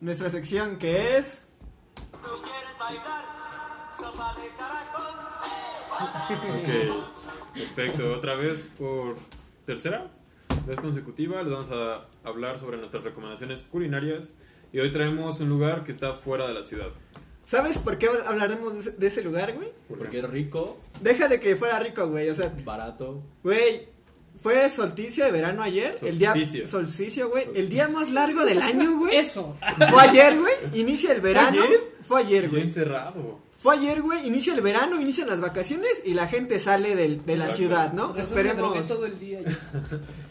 nuestra sección que es...
Ok, perfecto. Otra vez por tercera vez consecutiva les vamos a hablar sobre nuestras recomendaciones culinarias y hoy traemos un lugar que está fuera de la ciudad.
¿Sabes por qué hablaremos de ese, de ese lugar, güey?
Porque es rico,
Deja de que fuera rico, güey, o sea,
barato.
Güey, fue solsticio de verano ayer. El día
Solsticio.
solsticio, güey. El día más largo del año, güey.
Eso.
Fue ayer, güey. Inicia el verano.
ayer?
Fue ayer,
Bien
güey.
cerrado.
Fue ayer, güey. Inicia el verano, inician las vacaciones y la gente sale del- de la
Exacto.
ciudad, ¿no?
Por eso me drogué
Esperemos,
todo el día. yo.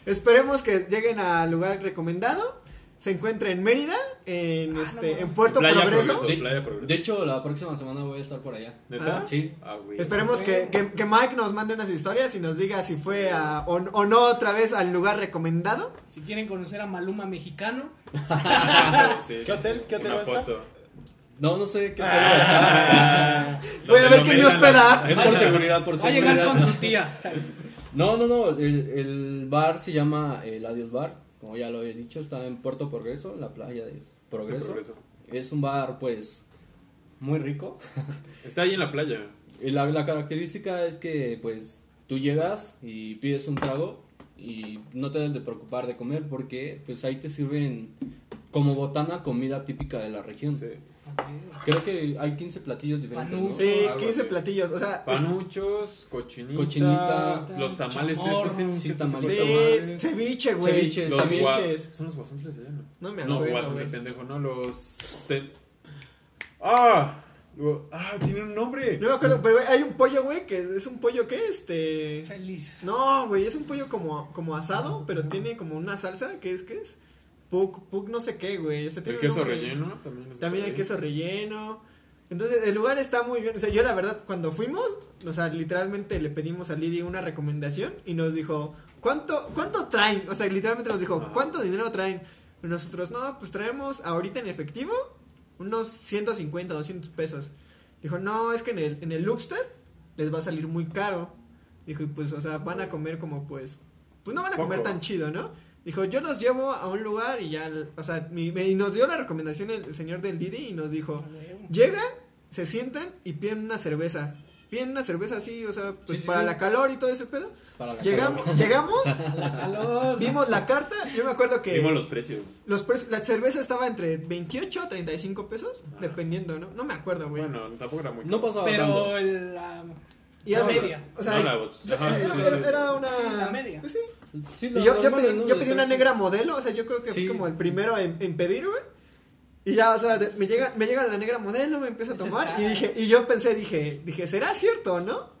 esperemos que lleguen al lugar recomendado. Se encuentra en Mérida, en,
Ah,
este,
no,
en Puerto
Playa
Progreso.
Progreso. Playa Progreso.
De hecho, la próxima semana voy a estar por allá.
¿Neta?
Ah.
Sí.
Ah, güey.
Esperemos que, que- que Mike nos mande unas historias y nos diga si fue a- o, o no otra vez al lugar recomendado.
Si quieren conocer a Maluma mexicano,
Ah, Sí,
¿Qué hotel? ¿Qué hotel
Una
va a estar?
foto.
No, no sé qué
Voy a
Donde
ver
lo
quién me
metan
hospeda.
tal. Es por seguridad, por
Ah. va a llegar
seguridad.
con su tía.
No, no, no. El, el bar se llama el Adios Bar. Como ya lo he dicho, está en Puerto Progreso, en la playa de Progreso.
Progreso.
Es un bar, pues, muy rico.
Está ahí en la playa.
Y la, la característica es que, pues, tú llegas y pides un trago y no te debes de preocupar de comer porque, pues, ahí te sirven como botana comida típica de la región.
Sí.
Creo que hay 15 platillos diferentes, ¿no?
Panús.
Sí,
Algo
15
así.
platillos. O sea, es-
Panuchos, cochinita,
Cochinita,
los tamales
chamorro,
estos tienen
sí,
cierto
tamales.
tipo de
sí,
tamales.
ceviche, güey.
Ceviche,
los
también
gua-
ceviches.
son los guasontles allá, ¿no?
No me
No,
acuerdo.
guasontles,
güey.
pendejo, no, los... se- ¡Ah! Lo- ¡Ah, tiene un nombre!
no me acuerdo, pero güey, hay un pollo, güey, que es un pollo que este.
Feliz.
No, güey, es un pollo como, como asado, pero tiene como una salsa, ¿qué es que es? Puc, puc no sé qué, güey. O sea, tiene
El
un
queso
nombre.
relleno también. está
También hay
ahí.
queso relleno. Entonces, el lugar está muy bien. O sea, yo la verdad, cuando fuimos, o sea, literalmente le pedimos a Lidia una recomendación y nos dijo, ¿cuánto, cuánto traen? O sea, literalmente nos dijo,
Ajá.
¿cuánto dinero traen? Y nosotros, no, pues traemos ahorita en efectivo unos 150, 200 pesos. Dijo, no, es que en el, en el Loopster les va a salir muy caro. Dijo, y pues, o sea, van a comer como pues, pues no van a comer
Poco.
tan chido, ¿no? Dijo, yo los llevo a un lugar y ya, o sea, mi- me- y nos dio la recomendación el señor del Didi y nos dijo, llegan, se sientan y piden una cerveza. bien una cerveza así, o sea, pues
Sí, sí,
para
sí.
la calor y todo ese pedo.
Para la
Llegamos,
calor.
llegamos,
Calor.
vimos la carta, yo me acuerdo que
Vimos los precios.
los precios- la cerveza estaba entre 28 a 35 pesos,
Ah,
dependiendo, ¿no? No me acuerdo, güey.
Bueno, tampoco era muy
No pasaba tanto.
Pero la
y haz-
media.
o sea,
No, la bots-
era-
ajá, sí, sí,
era,
sí.
era una
Sí, la media.
pues sí.
Sí, lo
Y yo, yo
normal,
pedí,
¿no?
yo
De
pedí una
tres-
negra modelo, o sea, yo creo que
Sí.
fui como el primero en, en pedir, güey. Y ya, o sea, de- me llega, me llega la negra modelo, me empieza a
Esa
tomar.
está.
Y dije, y yo pensé, dije, dije, ¿será cierto, no?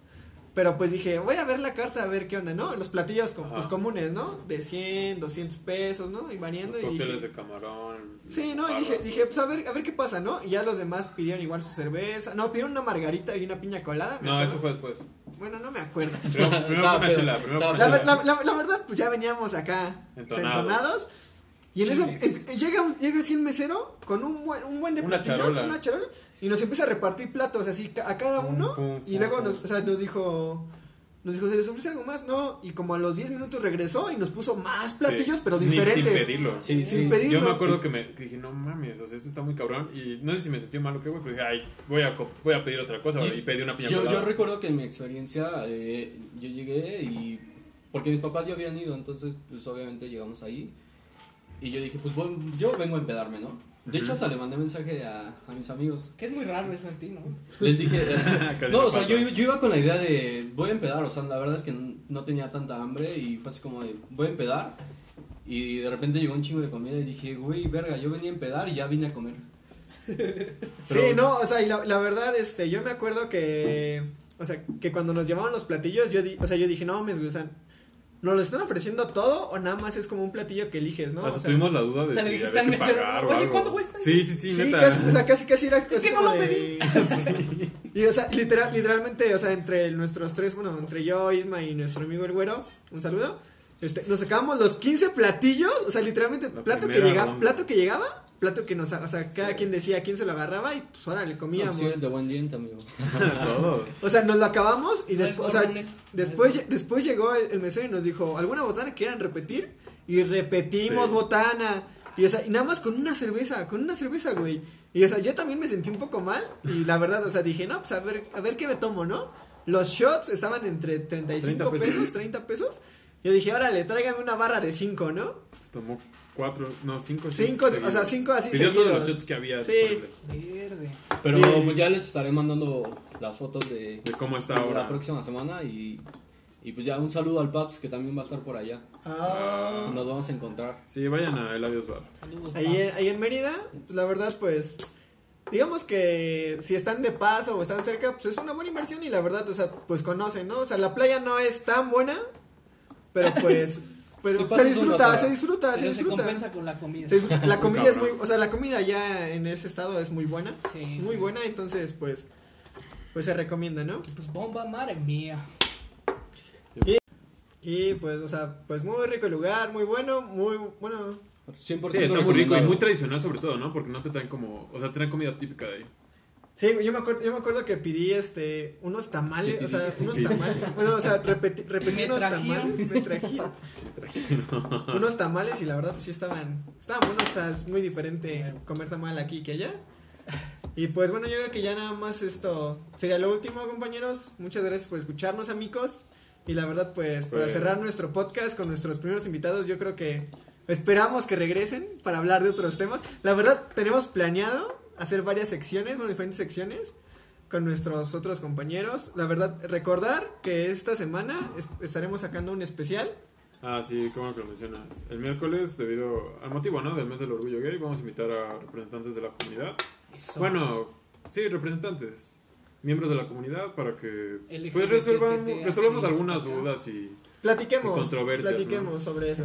Pero pues dije, voy a ver la carta a ver qué onda, ¿no? Los platillos co-
Ajá.
pues, comunes, ¿no? De 100, 200 pesos, ¿no? Y
Los
variando. y dije-
cócteles de camarón.
Sí, no, y dije,
papas.
dije, pues a ver, a ver qué pasa, ¿no? Y ya los demás pidieron igual su cerveza. No, pidieron una margarita y una piña colada. me
No,
acuerdo.
eso fue después.
Bueno, no me acuerdo.
Primero, primero fue
Estaba
una
pedo.
chela. Primero fue
Estaba
una
La,
chela.
ver- la- la- la verdad, pues ya veníamos acá
Pues Entonados.
entonados. Y en eso
Chiles.
em- llega, un- llega así un mesero con un buen, un buen de
Una
platillos,
charola.
una charola, y nos empieza a repartir platos así ca- a cada
Fum,
uno.
fum,
y
fum,
luego
fum.
nos, o sea, nos dijo, nos dijo, ¿se les ofrece algo más? No, y como a los 10 minutos regresó y nos puso más platillos,
Sí.
pero
Ni
diferentes.
Sin pedirlo.
Sí, sí.
Sin pedirlo.
Yo me acuerdo que, me, que dije, no mames, o sea, esto está muy cabrón. Y no sé si me sentí mal o qué, güey, pero dije, ay, voy a, co- voy a pedir otra cosa.
Yo-
Y pedí una piña
Yo, yo
colada.
recuerdo que en mi experiencia eh, yo llegué y... Porque mis papás ya habían ido, entonces pues obviamente llegamos ahí. Y yo dije, pues bueno, yo vengo a empedarme, ¿no? De hecho, hasta le mandé mensaje a, a mis amigos.
Que es muy raro eso en ti, ¿no?
Les dije...
Casi
no,
me
o sea,
pasa.
yo, iba- yo iba con la idea de voy a empedar. O sea, la verdad es que n- no tenía tanta hambre y fue así como de voy a empedar. Y de repente llegó un chingo de comida y dije, güey, verga, yo venía a empedar y ya vine a comer.
Sí, no, o sea, y la, la verdad, este, yo me acuerdo que, o sea, que cuando nos llevaban los platillos, yo, di- o sea, yo dije, no, me gustan. ¿Nos lo están ofreciendo todo o nada más es como un platillo que eliges, no?
Hasta
O sea,
tuvimos la duda de
hasta le
si
dijiste
había
al
que
mesero,
pagar o
"Oye,
algo".
¿cuánto cuesta?
Sí, sí, sí,
Sí,
neta.
casi, o sea, casi, casi era.
Es que no lo pedí.
Sí. Y, o sea, literal, literalmente, o sea, entre nuestros tres, bueno, entre yo, Isma y nuestro amigo el güero, un saludo. Este, nos sacábamos los 15 platillos, o sea, literalmente,
La
plato que,
primera
llegaba,
ronda.
plato que llegaba, plato que nos, o sea, cada quien decía quién se lo agarraba y pues ahora le comíamos.
Opciones de buen diente, amigo.
Todos.
O sea, nos lo acabamos y
No es
después, o sea,
borrones, no es
después, después llegó el, el mesero y nos dijo, ¿alguna botana quieran repetir? Y repetimos
Sí.
botana. Y, o sea, y nada más con una cerveza, con una cerveza, güey. Y o sea, yo también me sentí un poco mal y la verdad, o sea, dije, no, pues a ver, a ver qué me tomo, ¿no? Los shots estaban entre 35
30 pesos.
pesos. 30 pesos. Yo dije, órale, tráigame una barra de 5, ¿no?
Se tomó cuatro, no, cinco.
Cinco,
shots
o sea,
seguidos.
cinco así
Pidió todos
seguidos.
los shots que había
Sí.
disponibles.
Verde.
Pero
Eh,
pues ya les estaré mandando las fotos de,
De cómo está
la
ahora.
próxima semana y, y pues ya un saludo al Paps que también va a estar por allá.
Ah.
Nos vamos a encontrar.
Sí, vayan a El Adiós Bar.
Saludos.
Ahí,
paps.
en- ahí en Mérida, pues, la verdad, pues, digamos que si están de paso o están cerca, pues es una buena inversión y la verdad, o sea, pues conocen, ¿no? O sea, la playa no es tan buena, pero pues,
Te
pero se
pasas un
disfruta,
rato.
se disfruta, se
Pero se
disfruta.
compensa con la comida.
Se disfruta. La comida es muy,
Cabrón.
o sea, la comida ya en ese estado es muy buena,
Sí.
muy buena, entonces, pues, pues se recomienda, ¿no?
Pues bomba, madre mía.
Y pues, o sea, pues muy rico el lugar, muy bueno, muy bueno.
100%
Sí, está muy rico y
recomendado.
muy tradicional sobre todo, ¿no? Porque no te traen como, o sea, te traen comida típica de ahí.
Sí, güey, yo me acuerdo, yo me acuerdo que pedí este unos tamales,
¿Qué
o sea,
pediste?
unos tamales. Bueno, o sea, repetí, repetí
Me
unos
trajeron.
tamales, me trajeron. unos tamales y la verdad sí estaban, estaban buenos, o sea, es muy diferente comer tamal aquí que allá. Y pues bueno, yo creo que ya nada más esto sería lo último, compañeros. Muchas gracias por escucharnos, amigos. Y la verdad, pues, para
Pues-
cerrar nuestro podcast con nuestros primeros invitados, yo creo que esperamos que regresen para hablar de otros temas. La verdad, tenemos planeado hacer varias secciones, bueno, diferentes secciones con nuestros otros compañeros. La verdad, recordar que esta semana es- estaremos sacando un especial.
Ah, sí, como que lo mencionas. El miércoles, debido al motivo, ¿no? Del mes del orgullo gay, vamos a invitar a representantes de la comunidad.
Eso.
Bueno, sí, representantes. Miembros de la comunidad para que pues
LGBTTH,
resuelvan, resolvamos
acá.
algunas dudas y
Platiquemos,
Y controversias,
platiquemos
¿no?
sobre eso.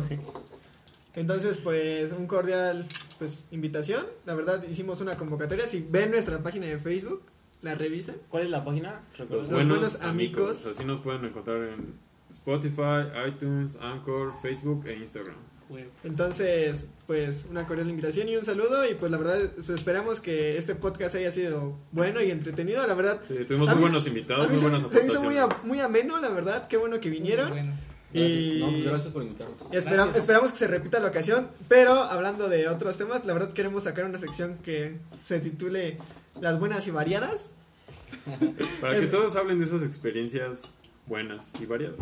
Entonces, pues, un cordial pues invitación. La verdad, hicimos una convocatoria. Si ven nuestra página de Facebook, la revisan.
¿Cuál es la página?
los,
Los
buenos,
buenos
amigos.
amigos.
Así nos pueden encontrar en Spotify, iTunes, Anchor, Facebook e Instagram.
Huevo.
Entonces, pues, una cordial invitación y un saludo. Y pues, la verdad, pues, esperamos que este podcast haya sido bueno y entretenido. La verdad,
Sí, tuvimos
A
muy
mí-
buenos
a
invitados,
mí
muy
se,
buenas
se me hizo muy,
aportaciones.
a- muy ameno, la verdad. Qué bueno que vinieron.
Bueno,
Y-
Gracias. No, pues gracias por invitarnos.
Espera-
Gracias.
esperamos que se repita la ocasión, pero hablando de otros temas, la verdad queremos sacar una sección que se titule Las buenas y variadas.
Para
em-
que todos hablen de esas experiencias buenas y variadas.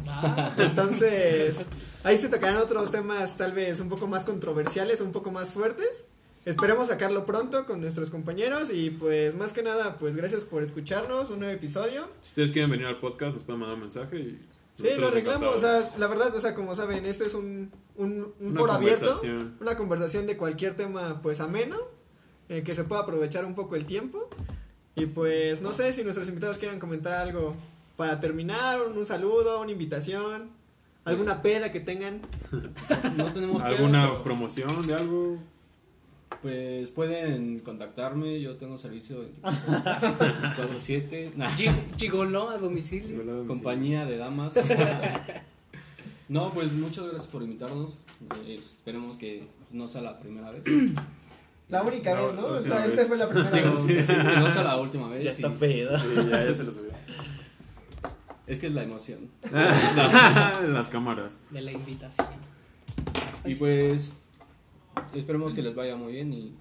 Entonces, ahí se tocarán otros temas tal vez un poco más controversiales, un poco más fuertes. Esperemos sacarlo pronto con nuestros compañeros y pues más que nada, pues gracias por escucharnos, un nuevo episodio.
Si ustedes quieren venir al podcast, nos pueden mandar un mensaje y.
Sí, lo
nosotros
arreglamos, o
encantados.
sea, la verdad, o sea, como saben, este es un, un, un
Una
foro abierto,
conversación.
una conversación de cualquier tema pues ameno, eh, que se pueda aprovechar un poco el tiempo. Y pues no sé si nuestros invitados quieran comentar algo para terminar, un, un saludo, una invitación, alguna peda que tengan.
No tenemos pedos,
¿Alguna
pero,
promoción de algo?
Pues pueden contactarme, yo tengo servicio 24-7. Nah,
Chi- Chigoló a domicilio.
compañía de damas. No, pues muchas gracias por invitarnos. eh, esperemos que no sea la primera vez. Digo,
La única
La
vez, ¿no? O
última
sea,
vez.
esta fue la primera vez.
sí.
sí, que no sea la última
Ya
vez. y-
está peda.
Sí, ya, ya se lo subí.
es que es la emoción.
Las cámaras.
De la invitación.
Y pues esperemos que les vaya muy bien y,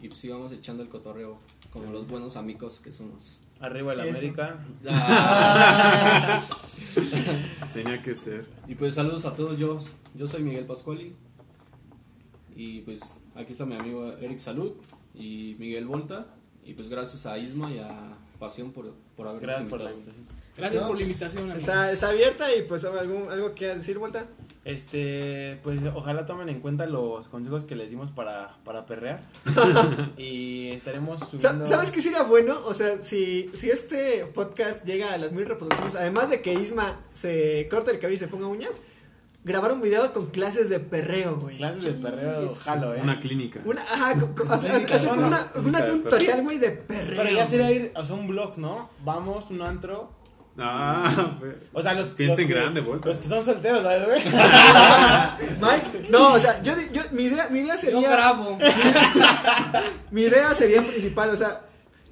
y pues, sigamos echando el cotorreo como los buenos amigos que somos.
Arriba el
Eso.
América. Ah.
Tenía que ser.
Y pues saludos a todos, yo, yo soy Miguel Pascuali. Y pues aquí está mi amigo Eric Salud y Miguel Volta. Y pues gracias a Isma y a Pasión por, por habernos
Gracias por
invitado.
la invitación.
Gracias
No, pues,
por la invitación. amigos.
Está, está abierta y pues algún, algo que quieras decir, Vuelta.
Este, pues ojalá tomen en cuenta los consejos que les dimos para, para perrear. y estaremos
Pues
Sa-
subiendo.
¿Sabes qué sería bueno? O sea, si, si este podcast llega a las mil reproducciones, además de que Isma se corte el cabello y se ponga uñas, grabar un video con clases de perreo, güey.
Clases de perreo, jalo, eh.
Una clínica.
Una, ajá, co- co- hace- hace- hace como una, una- un tutorial, güey, de perreo.
Pero ya sería ir a un blog, ¿no? Vamos, un antro.
Ah, fe-
O sea, los.
Piensa
los
en
que-
grande, Volta.
Los que son solteros, ¿sabes, güey?
Mike, no, o sea, yo, di- yo- mi idea, mi idea
Yo
sería,
grabo.
mi idea sería principal, o sea,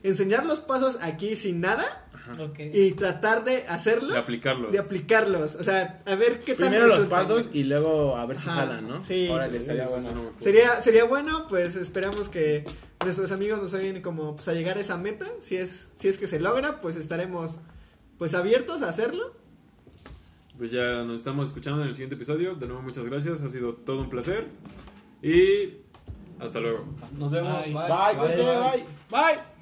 enseñar los pasos aquí sin nada
Ok.
y tratar de hacerlos,
De aplicarlos.
de aplicarlos, o sea, a ver qué tal
Primero los
resulta.
pasos y luego a ver si
Ajá,
jalan, ¿no?
sí.
Órale, estaría
Eso
bueno.
suena muy cool.
Sería, sería bueno, pues esperamos que nuestros amigos nos ayuden como pues, a llegar a esa meta. Si es, si es que se logra, pues estaremos pues abiertos a hacerlo.
Pues ya nos estamos escuchando en el siguiente episodio. De nuevo, muchas gracias. Ha sido todo un placer. Y hasta luego.
Nos vemos.
Bye.
Bye, cuídate, bye.
Bye.